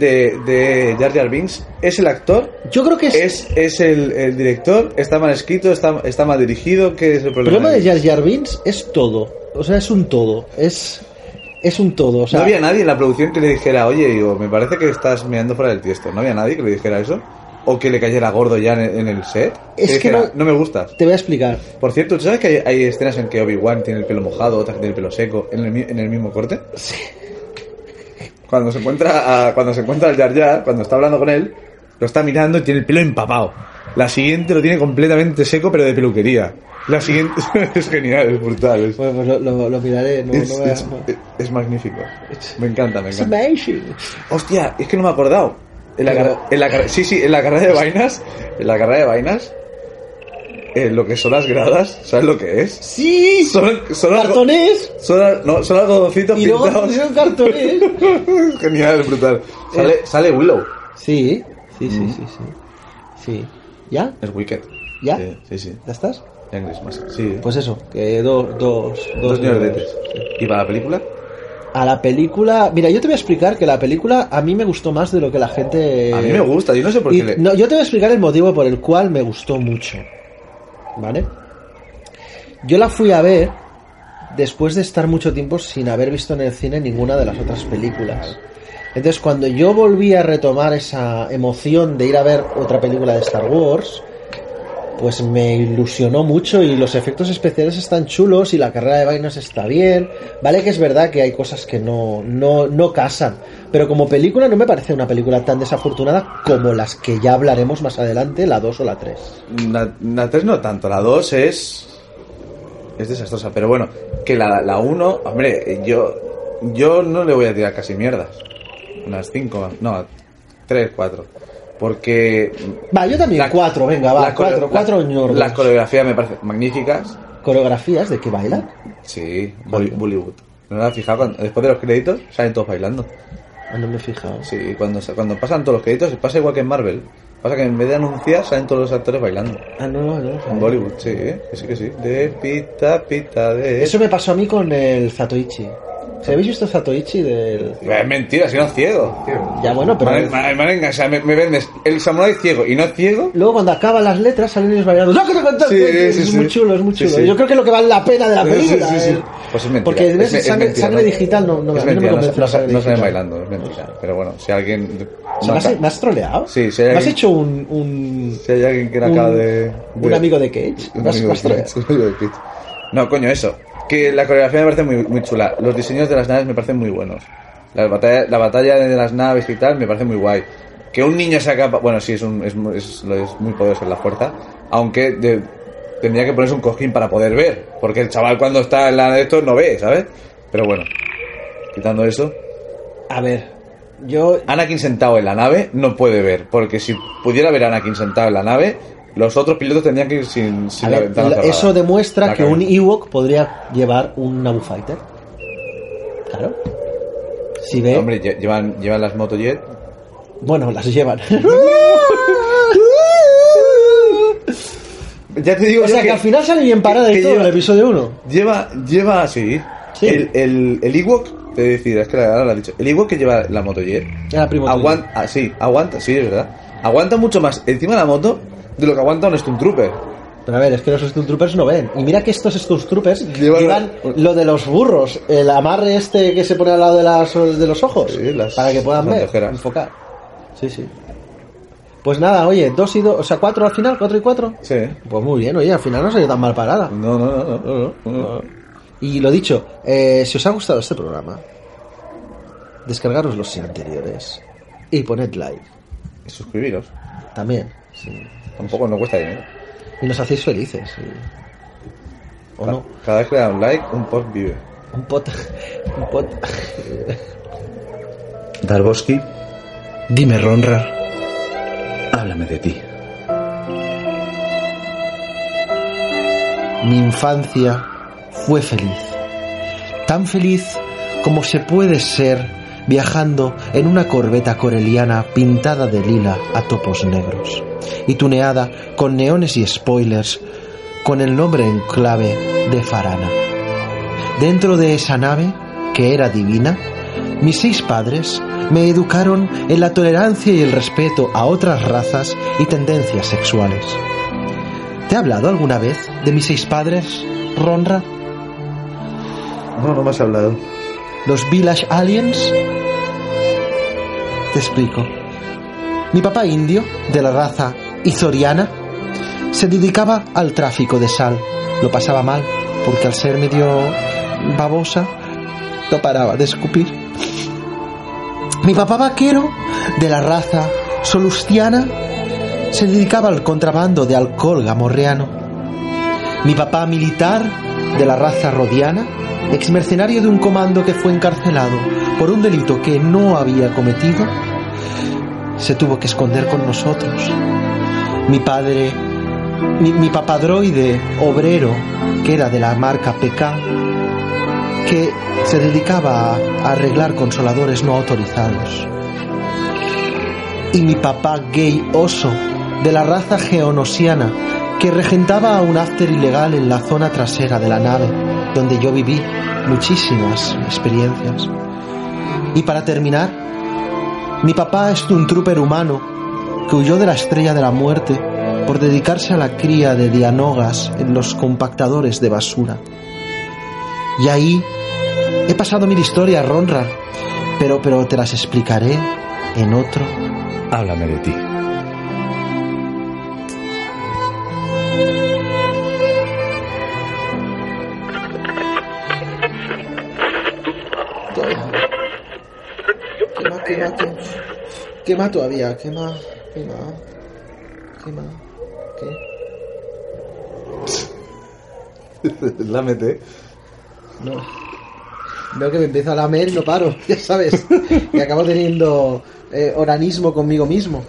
de, de Jar Jar Binks es el actor? Yo creo que es, ¿Es, es el, el director? ¿Está mal escrito? ¿Está, está mal dirigido? ¿Qué es el el problema? problema de ahí? Jar Jar Binks es todo, o sea, es un todo, es es un todo, o sea, no había nadie en la producción que le dijera, oye, digo, me parece que estás meando fuera del tiesto. ¿No había nadie que le dijera eso? ¿O que le cayera gordo ya en, en el set? Es que dijera, no- me gustas. te voy a explicar. Por cierto, ¿tú sabes que hay, hay escenas en que Obi-Wan tiene el pelo mojado, otras que tiene el pelo seco, en el, mi- en el mismo corte? Sí. Cuando se encuentra a, cuando se encuentra al Jar Jar, cuando está hablando con él, lo está mirando y tiene el pelo empapado. La siguiente lo tiene completamente seco, pero de peluquería. La siguiente <laughs> es genial, es brutal. Es, Bueno, pues lo, lo- lo miraré, no, no es- voy a- es- es magnífico. Me encanta, me It's encanta. amazing. Hostia, es que no me he acordado. En la, Pero- carre- en la carre- sí, sí, en la carrera de vainas, en la carrera de vainas, eh, lo que son las gradas, ¿sabes lo que es? Sí, Son, son algo- cartones son al- no, son algodoncitos y luego pintados. <laughs> pusieron cartones. Genial, brutal. Sale, Eh. sale Willow. Mm. Sí, sí, sí, sí, sí. Sí. ¿Ya? Es Wicked. ¿Ya? Sí, sí, sí. ¿Ya estás? Young Christmas, sí. Pues eso, que do- dos, dos nerdetes. nerdetes. ¿Y para la película? A la película, mira, yo te voy a explicar que la película a mí me gustó más de lo que la gente. A mí me gusta, yo no sé por Eh, Y- qué le... No, yo te voy a explicar el motivo por el cual me gustó mucho. ¿Vale? Yo la fui a ver después de estar mucho tiempo sin haber visto en el cine ninguna de las otras películas. Entonces, cuando yo volví a retomar esa emoción de ir a ver otra película de Star Wars, pues me ilusionó mucho y los efectos especiales están chulos y la carrera de vainas está bien. Vale que es verdad que hay cosas que no, no, no casan, pero como película no me parece una película tan desafortunada como las que ya hablaremos más adelante, la 2 o la 3. La, la 3 no tanto, la 2 es. Es desastrosa, pero bueno, que la, la 1, hombre, yo. Yo no le voy a tirar casi mierdas. Unas 5, no, 3, 4. Porque. Va, yo también la- 4, venga, va, la core- 4, 4 la- Las coreografías me parecen magníficas. coreografías de que bailan. Sí, Bolly- Bollywood. ¿No lo has fijado? Cuando- Después de los créditos salen todos bailando. Ah, No me he fijado. Sí, cuando, sa- cuando pasan todos los créditos pasa igual que en Marvel. Pasa que en vez de anunciar salen todos los actores bailando. Ah, no, no, no. En Bollywood, sí, ¿eh? que sí, que sí. De pita, pita, de... Eso me pasó a mí con el Zatoichi. ¿Se habéis visto Zatoichi del Es mentira, si no es ciego. Ya bueno, pero Madre- madre- madre mía, o sea, me, me vendes el samurái ciego y no es ciego. luego cuando acaban las letras salen ellos bailando. ¡No, que te contaste! Sí, es sí, sí. muy chulo, es muy Sí, chulo. sí. Yo creo que es lo que vale la pena de la Sí, película. sí, sí, ¿eh? sí. Pues es mentira. Porque ves, Es- es sangre, mentira, sangre ¿no? digital no, no, Es a mí no mentira, me convence no, la sangre no salen digital. bailando, es mentira. Pero bueno, si alguien... O sea, me, has, no- me has troleado. Sí, si hay me has alguien- hecho un. un... Si hay alguien que era un- cara de, de- un amigo de Cage. un Me has- amigo de me has troleado. Cage, un amigo de Cage. No, coño, eso. Que la coreografía me parece muy, muy chula. Los diseños de las naves me parecen muy buenos. La batalla, la batalla de las naves y tal me parece muy guay. Que un niño sea capaz... Bueno, sí, es, un, es, muy- es- lo- es muy poderoso en la fuerza. Aunque de- tendría que ponerse un cojín para poder ver. Porque el chaval cuando está en la de estos no ve, ¿sabes? Pero bueno, quitando eso... A ver, yo. Anakin sentado en la nave no puede ver, porque si pudiera ver a Anakin sentado en la nave, los otros pilotos tendrían que ir sin, sin a la ver, ventana la- cerrada. eso demuestra La que un cabeza. Ewok podría llevar un Naboo Fighter. Claro. Si ve. Hombre, lle- llevan, llevan las motojet. Bueno, las <laughs> llevan. Ya te digo o yo sea que, al final sale bien parada que y todo lleva- el episodio 1. lleva, lleva así. Sí. El, el, el Ewok, te decía, es que ahora lo has dicho. El Ewok que lleva la motojet Era primo tuyo. aguanta, ah, sí, aguanta, sí, es verdad. Aguanta mucho más encima de la moto de lo que aguanta un Stormtrooper. Pero a ver, es que los Stormtroopers no ven. Y mira que estos Stormtroopers Llevan- llevan, lo de los burros, el amarre este que se pone al lado de, las, de los ojos, Sí, las- para que puedan las ver, anteojeras. enfocar. Sí, sí. Pues nada, oye, dos y dos, o sea, cuatro al final, cuatro y cuatro. Sí. Pues muy bien, oye, al final no salió tan mal parada. No, no, no, no, no, no, no. Y lo dicho, eh, si os ha gustado este programa, descargaros los anteriores y poned like Suscribiros. también. sí. Tampoco nos cuesta dinero. Y nos hacéis felices. sí. ¿O Ca- no? Cada vez que le da un like, un post vive. Un pot. <laughs> Un pot. Darboski, Dime, Ronra. háblame de ti. Mi infancia fue feliz. Tan feliz como se puede ser viajando en una corbeta coreliana pintada de lila a topos negros y tuneada con neones y spoilers con el nombre en clave de Farana. Dentro de esa nave, que era divina, mis seis padres me educaron en la tolerancia y el respeto a otras razas y tendencias sexuales. ¿Te he hablado alguna vez de mis seis padres, Ronra? No, no me has hablado. ¿Los Village Aliens? Te explico. Mi papá indio, de la raza izoriana, se dedicaba al tráfico de sal. Lo pasaba mal, porque al ser medio babosa, no paraba de escupir. Mi papá vaquero, de la raza solustiana, se dedicaba al contrabando de alcohol gamorreano. Mi papá militar, de la raza rodiana, exmercenario de un comando que fue encarcelado por un delito que no había cometido, se tuvo que esconder con nosotros. Mi padre, mi, mi papadroide obrero, que era de la marca PK, que se dedicaba a arreglar consoladores no autorizados. Y mi papá gay oso, de la raza geonosiana, que regentaba un after ilegal en la zona trasera de la nave, donde yo viví muchísimas experiencias. Y para terminar, mi papá es un trooper humano que huyó de la estrella de la muerte por dedicarse a la cría de dianogas en los compactadores de basura. Y ahí he pasado mil historias, Ronra, pero, pero te las explicaré en otro Háblame de <laughs> ti. Todavía. Quema, quema, quema. Quema todavía, quema, quema. Quema. ¿Qué? Lámete. No. Veo que me empiezo a lamer y no paro, <laughs> ya sabes. Y acabo teniendo eh, oranismo conmigo mismo.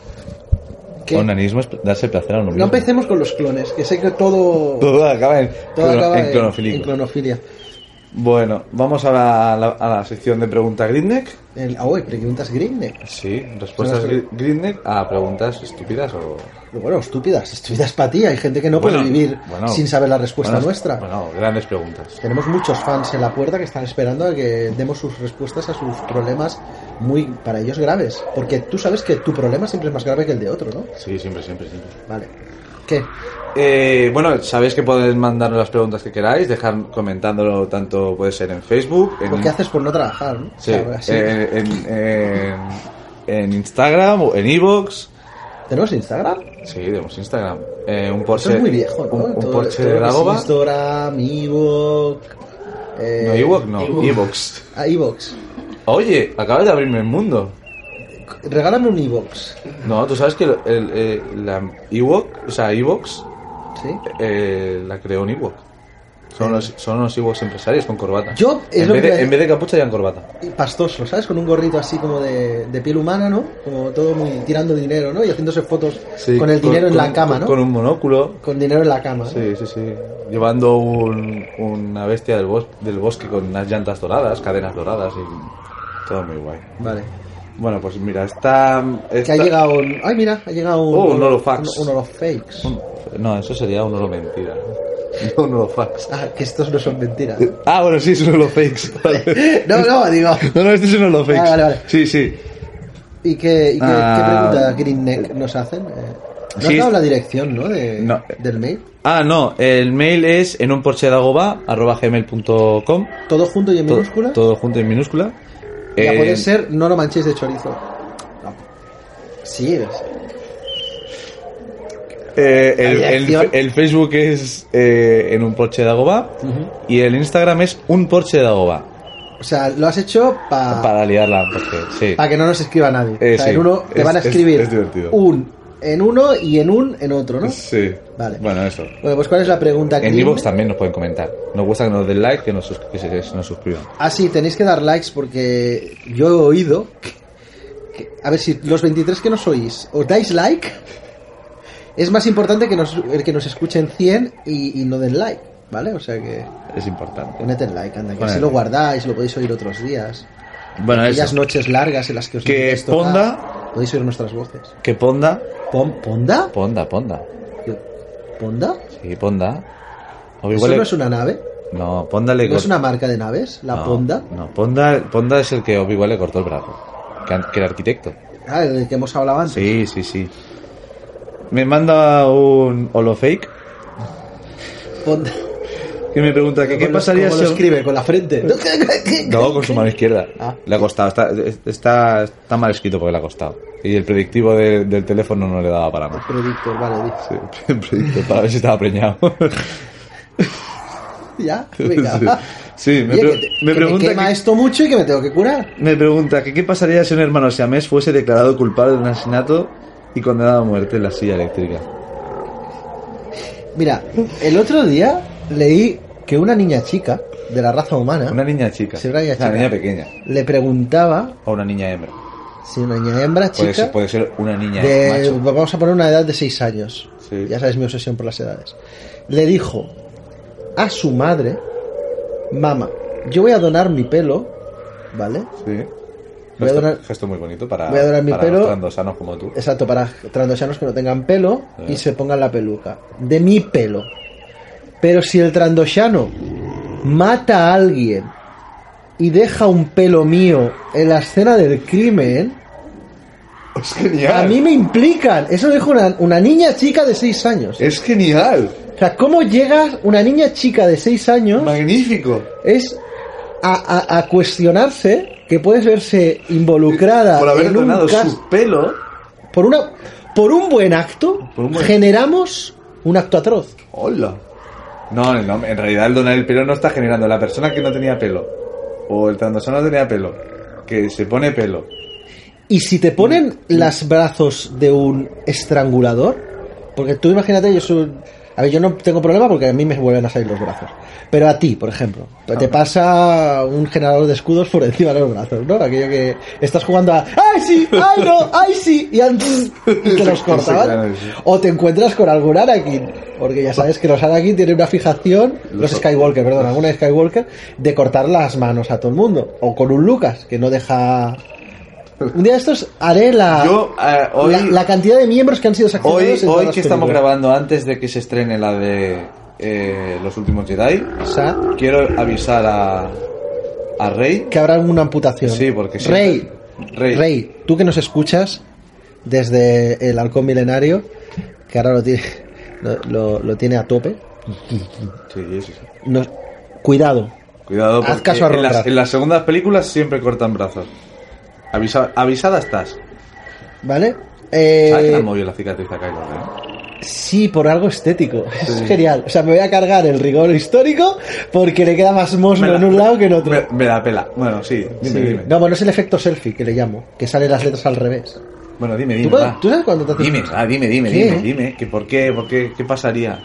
¿Qué? Onanismo es darse placer a uno No mismo. empecemos con los clones, que sé que todo, Todo acaba en, todo clono- acaba en clonofilico. en clonofilia. Bueno, vamos a la, a la- a la sección de preguntas Grindneck. El, ah, uy, preguntas Grindneck. Sí, respuestas Son las- gri- Grindneck a preguntas estúpidas o... Bueno, estúpidas, estúpidas para ti. Hay gente que no Bueno, puede vivir bueno, sin saber la respuesta bueno, nuestra. Bueno, grandes preguntas. Tenemos muchos fans en la puerta que están esperando a que demos sus respuestas a sus problemas muy, para ellos, graves. Porque tú sabes que tu problema siempre es más grave que el de otro, ¿no? Sí, siempre, siempre, siempre. Vale. ¿Qué? Eh, bueno, sabéis que podéis mandarnos las preguntas que queráis, dejar comentándolo tanto puede ser en Facebook, en, ¿Por qué haces por no trabajar? ¿no? sí, O sea, así. eh, en, en- en Instagram, o en Evox. ¿Tenemos Instagram? Sí, tenemos Instagram. Eh, un Eso Porsche, es muy viejo, ¿no? un, un Todo- Porsche todo lo de que es Dagoba. Instagram, Evox... eh, No, Evox no, Evox. Evox. Ah, Evox. Oye, acabas de abrirme el mundo. Regálame un Evox. No, tú sabes que el, el- eh, la Evox, o sea, Evox, ¿Sí? eh, la creó un Evox. Son los, son los Evox empresarios con corbata. Yo- es en, lo vez que de, te- en vez de capucha, llevan corbata. Y pastoso, ¿sabes? Con un gorrito así como de, de piel humana, ¿no? Como todo muy tirando dinero, ¿no? Y haciéndose fotos Sí, con el dinero en la con- cama, ¿no? Con un monóculo. con dinero en la cama. ¿no? Sí, sí, sí. Llevando un- una bestia del, bos- del bosque con unas llantas doradas, cadenas doradas y todo muy guay. Vale. Bueno, pues mira, está... Que está- ha llegado un... Ay, mira, ha llegado un... Oh, un holofax. Un, un holofax. un- No, eso sería un oro mentira. <laughs> No un oro fax. Ah, que estos no son mentiras. Ah, bueno, sí, es un oro fakes. <laughs> No, no, digo. <laughs> No, no, este es un oro fakes. Ah, vale, vale. Sí, sí. ¿Y qué, y qué, Ah. qué pregunta Greenneck nos hacen? Eh, ¿No Sí, has dado es- la dirección, no? De, No. Del mail. Ah, no, el mail es en un gmail.com. Todo junto y en minúscula. Todo junto en minúscula. Y a Eh, poder ser, no lo manchéis de chorizo. No. Sí, es- Eh, el, La el- dirección. el Facebook es eh, en un Porsche de Agoba y el Instagram es un Porsche de Agoba. O sea, lo has hecho pa- Para liarla, porque sí. Para que no nos escriba nadie. Eh, o sea, sí. en uno te Es- van a es- escribir es divertido. un en uno y en un en otro, ¿no? Sí. Vale. Bueno, eso. Bueno, pues ¿cuál es la pregunta? En Green? Evox también nos pueden comentar. Nos gusta que nos den like, que nos, sus- que se- se nos suscriban. Ah, sí, tenéis que dar likes porque yo he oído... que- que- a ver, si los 23 que nos oís os dais like, es más importante que nos, el que nos escuchen 100 y, y no den like, ¿vale? O sea que Es importante. poned el like, anda, que Poned así el lo like. guardáis, lo podéis oír otros días. Bueno, Aquellas eso. noches largas en las que os Que queréis tocar, Ponda- Podéis oír nuestras voces. Que Ponda. ¿Pon- ¿Ponda? Ponda, Ponda. ¿Ponda? Sí, Ponda. O ¿Eso Pues igual- no es una nave? No, Ponda le ¿No es cortó- una marca de naves? ¿La no, Ponda? No, Ponda, Ponda es el que Obi igual le cortó el brazo. Que, an- que el arquitecto. Ah, del que hemos hablado antes. Sí, sí, sí. Me manda un holofake Ponda. que me pregunta que qué ¿Cómo lo- pasaría cómo si... lo escribe? Con <laughs> la frente. No, con su mano izquierda. Ah. Le ha costado. Está, está, está mal escrito porque le ha costado. Y el predictivo de- del teléfono no le daba para más. Predictor, vale, di. Sí, <laughs> el predicto, para ver si estaba preñado. Ya, venga. Sí. va. Sí, me Oye, pre- que te- me que me pregunta quema que- esto mucho y que me tengo que curar. <laughs> Me pregunta que qué pasaría si un hermano siamés fuese declarado culpable de un asesinato y condenado a muerte en la silla eléctrica. Mira, el otro día leí que una niña chica de la raza humana Una niña chica. Sí, una niña chica. niña pequeña. le preguntaba O una niña hembra. si una niña hembra Puede ser, chica puede ser una niña de- macho. vamos a poner una edad de 6 años. Sí. Ya sabes mi obsesión por las edades. Le dijo a su madre, mamá, yo voy a donar mi pelo, ¿vale? Sí. Voy a Gesto, donar- gesto muy bonito para, voy a donar mi para pelo. los trandosanos como tú. Exacto, para trandosanos que no tengan pelo y Eh. se pongan la peluca. De mi pelo. Pero si el trandosano mata a alguien y deja un pelo mío en la escena del crimen, Es genial. a mí me implican. Eso lo dijo una, una niña chica de 6 años. Es genial. O sea, ¿cómo llega una niña chica de 6 años Magnífico. es a, a- a cuestionarse que puedes verse involucrada Por haber Ah, en un donado cas- su pelo. por una por un buen acto Por un buen- generamos un acto atroz Hola. No, no, en realidad el donar el pelo no está generando. La persona que no tenía pelo o el trandosano no tenía pelo, que se pone pelo. y si te ponen los brazos de un estrangulador porque tú imagínate yo soy a ver, yo no tengo problema porque a mí me vuelven a salir los brazos. Pero a ti, por ejemplo, te pasa un generador de escudos por encima de los brazos, ¿no? Aquello que estás jugando a ¡Ay, sí! ¡Ay, no! ¡Ay, sí! Y, al- y <laughs> te los cortaban. O te encuentras con algún Anakin. Porque ya sabes que los Anakin tienen una fijación, los Skywalker, perdón, alguna Skywalker, de cortar las manos a todo el mundo. O con un Lucas, que no deja... Un día de estos haré la, Yo, eh, hoy- Ah, la, la cantidad de miembros que han sido Hoy, sacrificados. ah, hoy que en todas las estamos películas. grabando antes de que se estrene la de eh, Los Últimos Jedi, O sea, quiero avisar a, a Rey. que habrá una amputación. Sí, porque siempre- Rey, Rey, Rey. tú que nos escuchas desde el halcón milenario, que ahora lo tiene, lo, lo- lo tiene a tope, Sí, sí, sí. nos- cuidado. Cuidado, Haz porque caso a en, las, Ronrad. en las segundas películas siempre cortan brazos. Avisa- avisada estás. ¿Vale? Eh, ¿Sabes que le han movido la cicatriz a Kylo Ren? sí, por algo estético. <laughs> Es genial. O sea, me voy a cargar el rigor histórico porque le queda más Me muslo la- en un lado que en otro. Me, me la pela. Bueno, sí, dime, Sí. dime. No, bueno, es el efecto selfie que le llamo, que salen las letras al revés. Bueno, dime, ¿Tú, dime. cuando- va. tú sabes cuando te haces- Dime, va, dime, dime, ¿Qué? dime, dime. Que ¿Por qué? ¿Por qué? ¿Qué pasaría?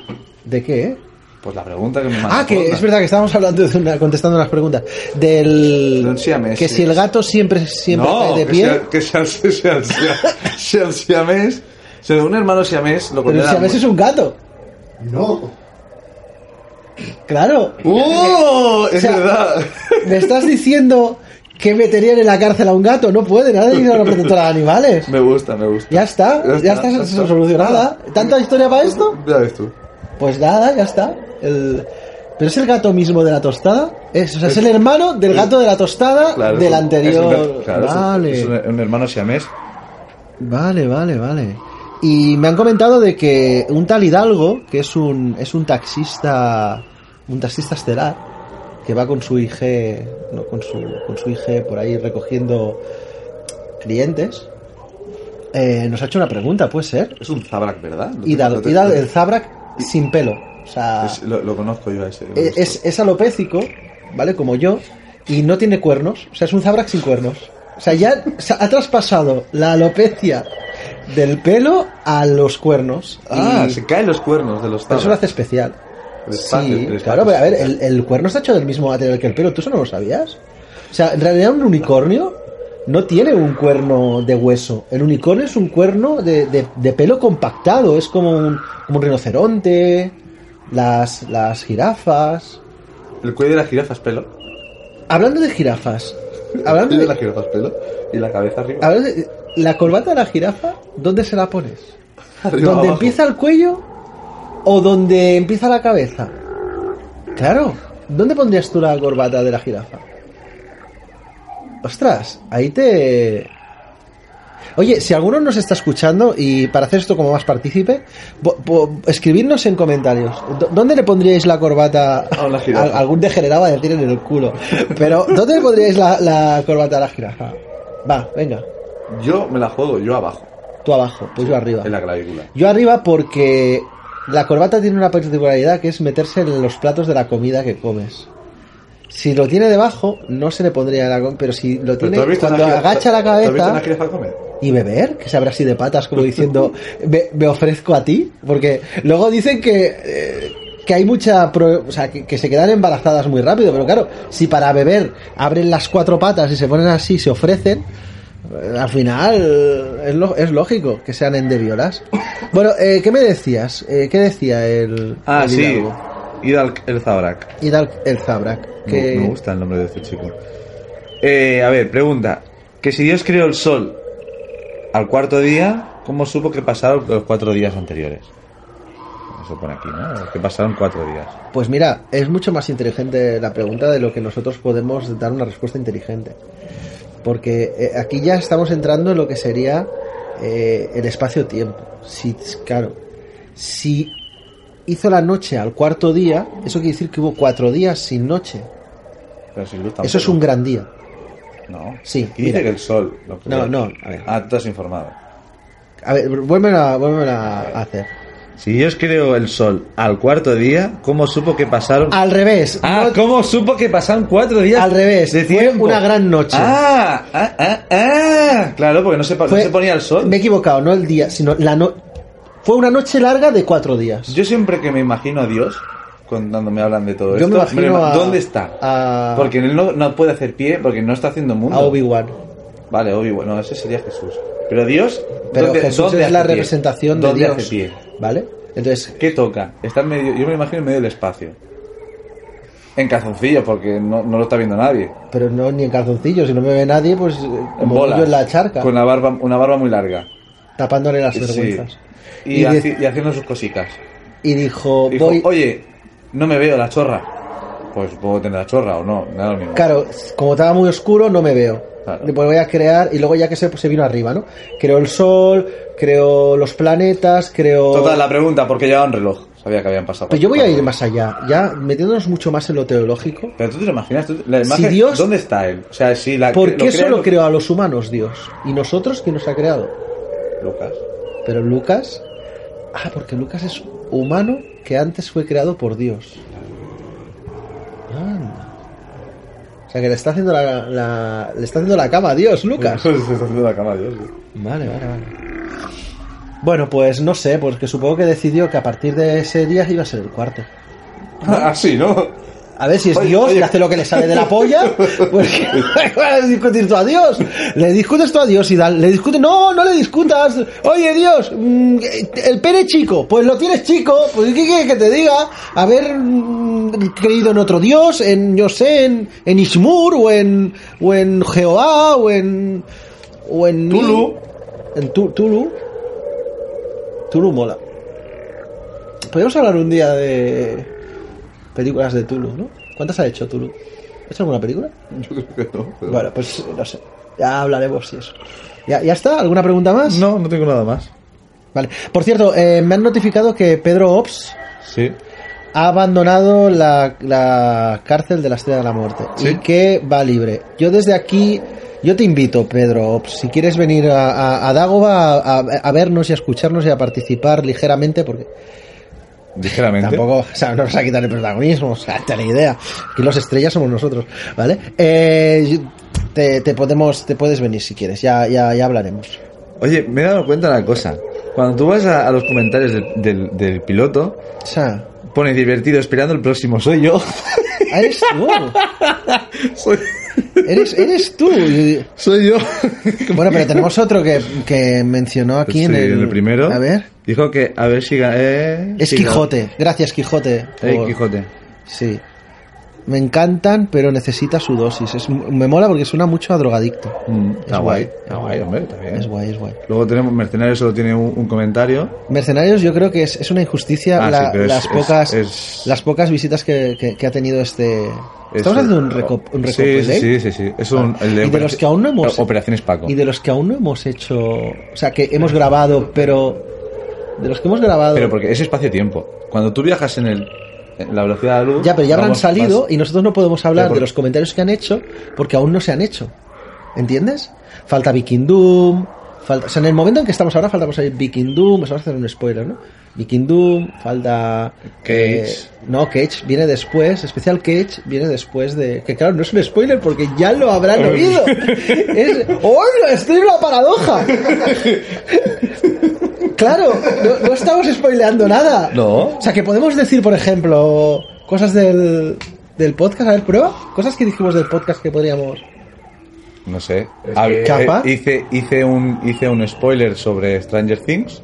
¿De qué? eh? Pues la pregunta que me mandó. Ah, que es verdad que estábamos hablando de una, contestando las preguntas del Del siamés, que sí. si el gato siempre siempre no, cae de que pie, sea- que sea, sea, <laughs> sea, sea- sea siamés. O sea, un hermano siamés lo pero el condenan siamés es un gato. No. Claro. ¡Uh! ¡Oh! O Es sea, verdad. ¿Me estás diciendo que meterían en la cárcel a un gato? No puede, nadie van a protector a <laughs> animales. <laughs> Me gusta, me gusta. Ya está, ya, está, solucionada. ¿Tanta historia para esto? Ya ves tú. Pues nada, ya está. El... Pero es el gato mismo de la tostada. Es, o sea, es el hermano del gato de la tostada Claro, del es un- es anterior. un- claro, es un- vale. Es un, un hermano siamés. Vale, vale, vale. Y me han comentado de que un tal Hidalgo, que es un, es un taxista, un taxista estelar, que va con su IG, no, con su, con su IG por ahí recogiendo clientes, eh, nos ha hecho una pregunta, ¿puede ser? Es un Zabrak, ¿verdad? Lo Hidalgo, tengo- lo- Hidalgo- lo- el Zabrak sin pelo. O sea, es- Lo, lo conozco yo a ese. lo he es, visto. E-, es- es alopécico, ¿vale? Como yo, y no tiene cuernos. O sea, es un Zabrak sin cuernos. O sea, ya se ha traspasado la alopecia del pelo a los cuernos. Ah, Y- se caen los cuernos de los pero eso lo Zabrak. hace especial. El espacio, sí, el espacio. claro, pero a ver, el, el cuerno está hecho del mismo material que el pelo, ¿tú eso no lo sabías? O sea, en realidad un unicornio no tiene un cuerno de hueso. El unicornio es un cuerno de, de- de pelo compactado, es como un, como un rinoceronte, las, las jirafas. El cuello de la jirafa es pelo. Hablando de jirafas, El hablando cuello de la de, jirafa es pelo. Y la cabeza arriba. hablando de- la corbata de la jirafa, ¿dónde se la pones? <laughs> Arriba, ¿Dónde abajo. empieza el cuello o dónde empieza la cabeza? Claro, ¿dónde pondrías tú la corbata de la jirafa? Ostras, ahí te... Oye, si alguno nos está escuchando y para hacer esto como más partícipe, bo- bo- escribidnos en comentarios. ¿Dó- ¿Dónde le pondríais la corbata A una jirafa. Al- algún degenerado va a decir en el culo? Pero ¿dónde le pondríais la, la corbata a la jirafa? Va, venga, Yo me la juego, yo abajo. tú abajo, pues yo arriba. En la clavícula. Yo arriba porque la corbata tiene una particularidad que es meterse en los platos de la comida que comes. Si lo tiene debajo, no se le pondría la com- pero si lo Pero tiene cuando una jirafa- agacha la ¿tú has visto una cabeza jirafa comer? y beber, que se abre así de patas como diciendo me, me ofrezco a ti, porque luego dicen que eh, que hay mucha, pro- o sea, que, que se quedan embarazadas muy rápido, pero claro, si para beber abren las cuatro patas y se ponen así, se ofrecen, eh, al final eh, es, lo- es lógico que sean endeviolas. Bueno, eh, ¿qué me decías? Eh, ¿Qué decía el Ah, el sí. Hidalgo? Hidalg el Zabrak. Hidalgo- el Zabrak. Me- Que, Me gusta el nombre de este chico. Eh, a ver, pregunta. Que si Dios creó el sol al cuarto día, ¿cómo supo que pasaron los cuatro días anteriores? Eso pone aquí, ¿no? Que pasaron cuatro días. Pues mira, es mucho más inteligente la pregunta de lo que nosotros podemos dar una respuesta inteligente. Porque eh, aquí ya estamos entrando en lo que sería eh, el espacio-tiempo. Si, claro, si hizo la noche al cuarto día, eso quiere decir que hubo cuatro días sin noche. Pero sin luz Eso tampoco. es un gran día. No. Sí, Aquí mira. dice que el sol. lo creó. No, no, a ver. Ah, tú te has informado. A ver, vuélveme a, vuélvemelo a hacer. Si Dios creó el sol al cuarto día, ¿cómo supo que pasaron? Al revés. Ah, no- ¿cómo supo que pasaron cuatro días? Al revés, de fue tiempo? una gran noche. Ah, ah, ah, ah. Claro, porque no se, pa- no fue- se ponía el sol. Me he equivocado, no el día, sino la no Fue una noche larga de cuatro días. Yo siempre que me imagino a Dios, cuando me hablan de todo Yo esto, me imagino ima- a- ¿dónde está? a- Porque él no, no puede hacer pie, porque no está haciendo mundo. A Obi-Wan. Vale, obi bueno, ese sería Jesús. Pero Dios, Pero ¿dónde- Jesús dónde es la hace pie? representación de ¿Dónde Dios. hace pie? ¿Vale? Entonces, ¿Qué toca? Está en medio, yo me imagino en medio del espacio. En calzoncillos, porque no, no lo está viendo nadie. pero no ni en calzoncillos, si no me ve nadie, pues eh, En como bolas. yo en la charca, Con la barba, una barba muy larga. tapándole las Sí. vergüenzas. Y, Y de- haci- y haciendo sus cositas. Y dijo, Dijo, voy oye, no me veo la chorra. Pues puedo tener la chorra o no, me da lo mismo. Claro, como estaba muy oscuro, no me veo. Claro. Pues voy a crear, y luego ya que se, pues, se vino arriba, ¿no? Creo el sol, creo los planetas, creo. Total, la pregunta, ¿por qué llevaba un reloj? Sabía que habían pasado. Pero Pues yo voy a ir cuatro más allá, ya metiéndonos mucho más en lo teológico. días. Pero tú te lo imaginas, tú- la imagen, Dios- ¿dónde está él? O sea, si la... ¿Por lo qué crea solo Lu- creó a los humanos Dios? ¿Y nosotros quién nos ha creado? Lucas. Pero Lucas. Ah, porque Lucas es humano que antes fue creado por Dios. Anda. O sea que le está haciendo la, la- le está haciendo la cama a Dios, Lucas. <laughs> Se está haciendo la cama, Dios. Vale, vale, vale. Bueno, pues no sé, porque supongo que decidió que a partir de ese día iba a ser el cuarto. Así, Ah, <laughs> ¿no? A ver si es Oye, Dios oye. que hace lo que le sale de <laughs> la polla. Porque <laughs> vas a discutir tú a Dios. Le discutes tú a Dios y dale- le discutes. No, no le discutas. Oye, Dios, mm, el pene chico. Pues lo tienes chico. Pues ¿qué quieres que te diga? Haber mm, creído en otro Dios, en, yo sé, en, en Ishmur, o en, o en Jehová, o en. O en. Tulu. En Tu- Tulu. Tulu mola. Podríamos hablar un día de películas de Tulu, ¿no? ¿Cuántas ha hecho Tulu? ¿Ha hecho alguna película? Yo creo que no. pero- Bueno, pues no sé. Ya hablaremos si eso. ¿Ya, ¿Ya está? ¿Alguna pregunta más? No, no tengo nada más. Vale. Por cierto, eh, me han notificado que Pedro Ops Sí. ha abandonado la, la cárcel de la Estrella de la Muerte Sí. y que va libre. Yo desde aquí, yo te invito, Pedro, Ops, si quieres venir a, a, a Dagoba a, a vernos y a escucharnos y a participar ligeramente, porque Ligeramente. Tampoco, o sea, no nos ha quitado el protagonismo, o sea, te la idea. Aquí los estrellas somos nosotros, ¿vale? Eh, yo- te, te podemos, te puedes venir si quieres, ya, ya, ya hablaremos. Oye, me he dado cuenta de una cosa. Cuando tú vas a, a los comentarios del, del- del piloto, O sea, pone divertido esperando el próximo soy yo. <laughs> eres tú, soy, eres, eres tú. Y- soy yo. Bueno, pero tenemos otro que, que mencionó aquí en, Sí, el, primero. A ver, Dijo que, a ver si... ga- Eh, es si ga- Quijote, gracias Quijote. Eh, por- Quijote. Sí. Me encantan, pero necesita su dosis. Es, me mola porque suena mucho a drogadicto. Mm, Es está guay. guay. Está guay, hombre, está bien. Es guay, es guay. Luego tenemos Mercenarios, solo tiene un, un comentario. Mercenarios yo creo que es, es una injusticia Ah, la- sí, pero es- las, es- pocas, es- las pocas visitas que, que- que ha tenido este... Ese- Estamos haciendo un, reco- un Sí, recopilé. Sí, Ah, sí, sí, sí. Es un, el Y de los que aún no hemos- Operaciones Paco. Y de los que aún no hemos hecho... O sea, que hemos grabado, pero... De los que hemos grabado... Pero porque es espacio-tiempo. Cuando tú viajas en, el, en la velocidad de la luz... ya, pero ya habrán vamos salido más- y nosotros no podemos hablar Pero por- de los comentarios que han hecho porque aún no se han hecho. ¿Entiendes? Falta Viking Doom... Falta, o sea, en el momento en que estamos ahora falta por salir Viking Doom... Pues vamos a hacer un spoiler, ¿no? Viking Doom, falta... Cage. eh, no, Cage viene después, especial Cage viene después de... Que claro, no es un spoiler porque ya <laughs> lo habrán oído. Es, ¡Oh, estoy en una paradoja! <laughs> Claro, no, no estamos spoileando nada. No. O sea, que podemos decir, por ejemplo, cosas del, del podcast. A ver, prueba. Cosas que dijimos del podcast que podríamos... No sé. Ah, eh, Capa. hice, hice, un, hice un spoiler sobre Stranger Things.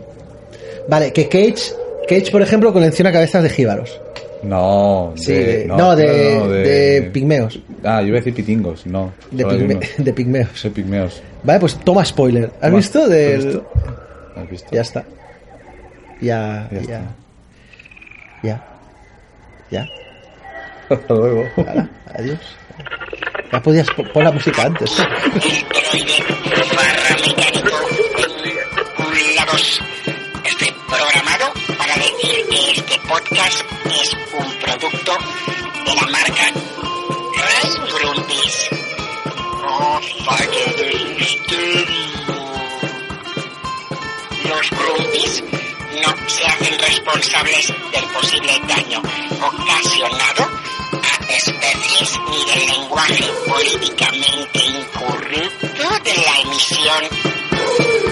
Vale, que Cage, Cage por ejemplo, colecciona cabezas de jíbaros. No, Sí, de- no, de, de pigmeos. Ah, yo iba a decir pitingos, no. De, solo hay pigme- uno. <laughs> de pigmeos. Soy pigmeos. Vale, pues toma spoiler. ¿Has Toma, visto? ¿has Del... visto? ¿Has visto? Ya está. Ya, Ya ya. está. Ya. Ya. Hasta luego. <laughs> Hala, adiós. Ya podías po- pon la música antes. Un, la, dos. Estoy programado para decir que este podcast es un producto de la marca Rice Brumbies. Oh, vaya del Los Brumbies no se hacen responsables del posible daño ocasionado a especies ni del lenguaje políticamente incorrecto de la emisión.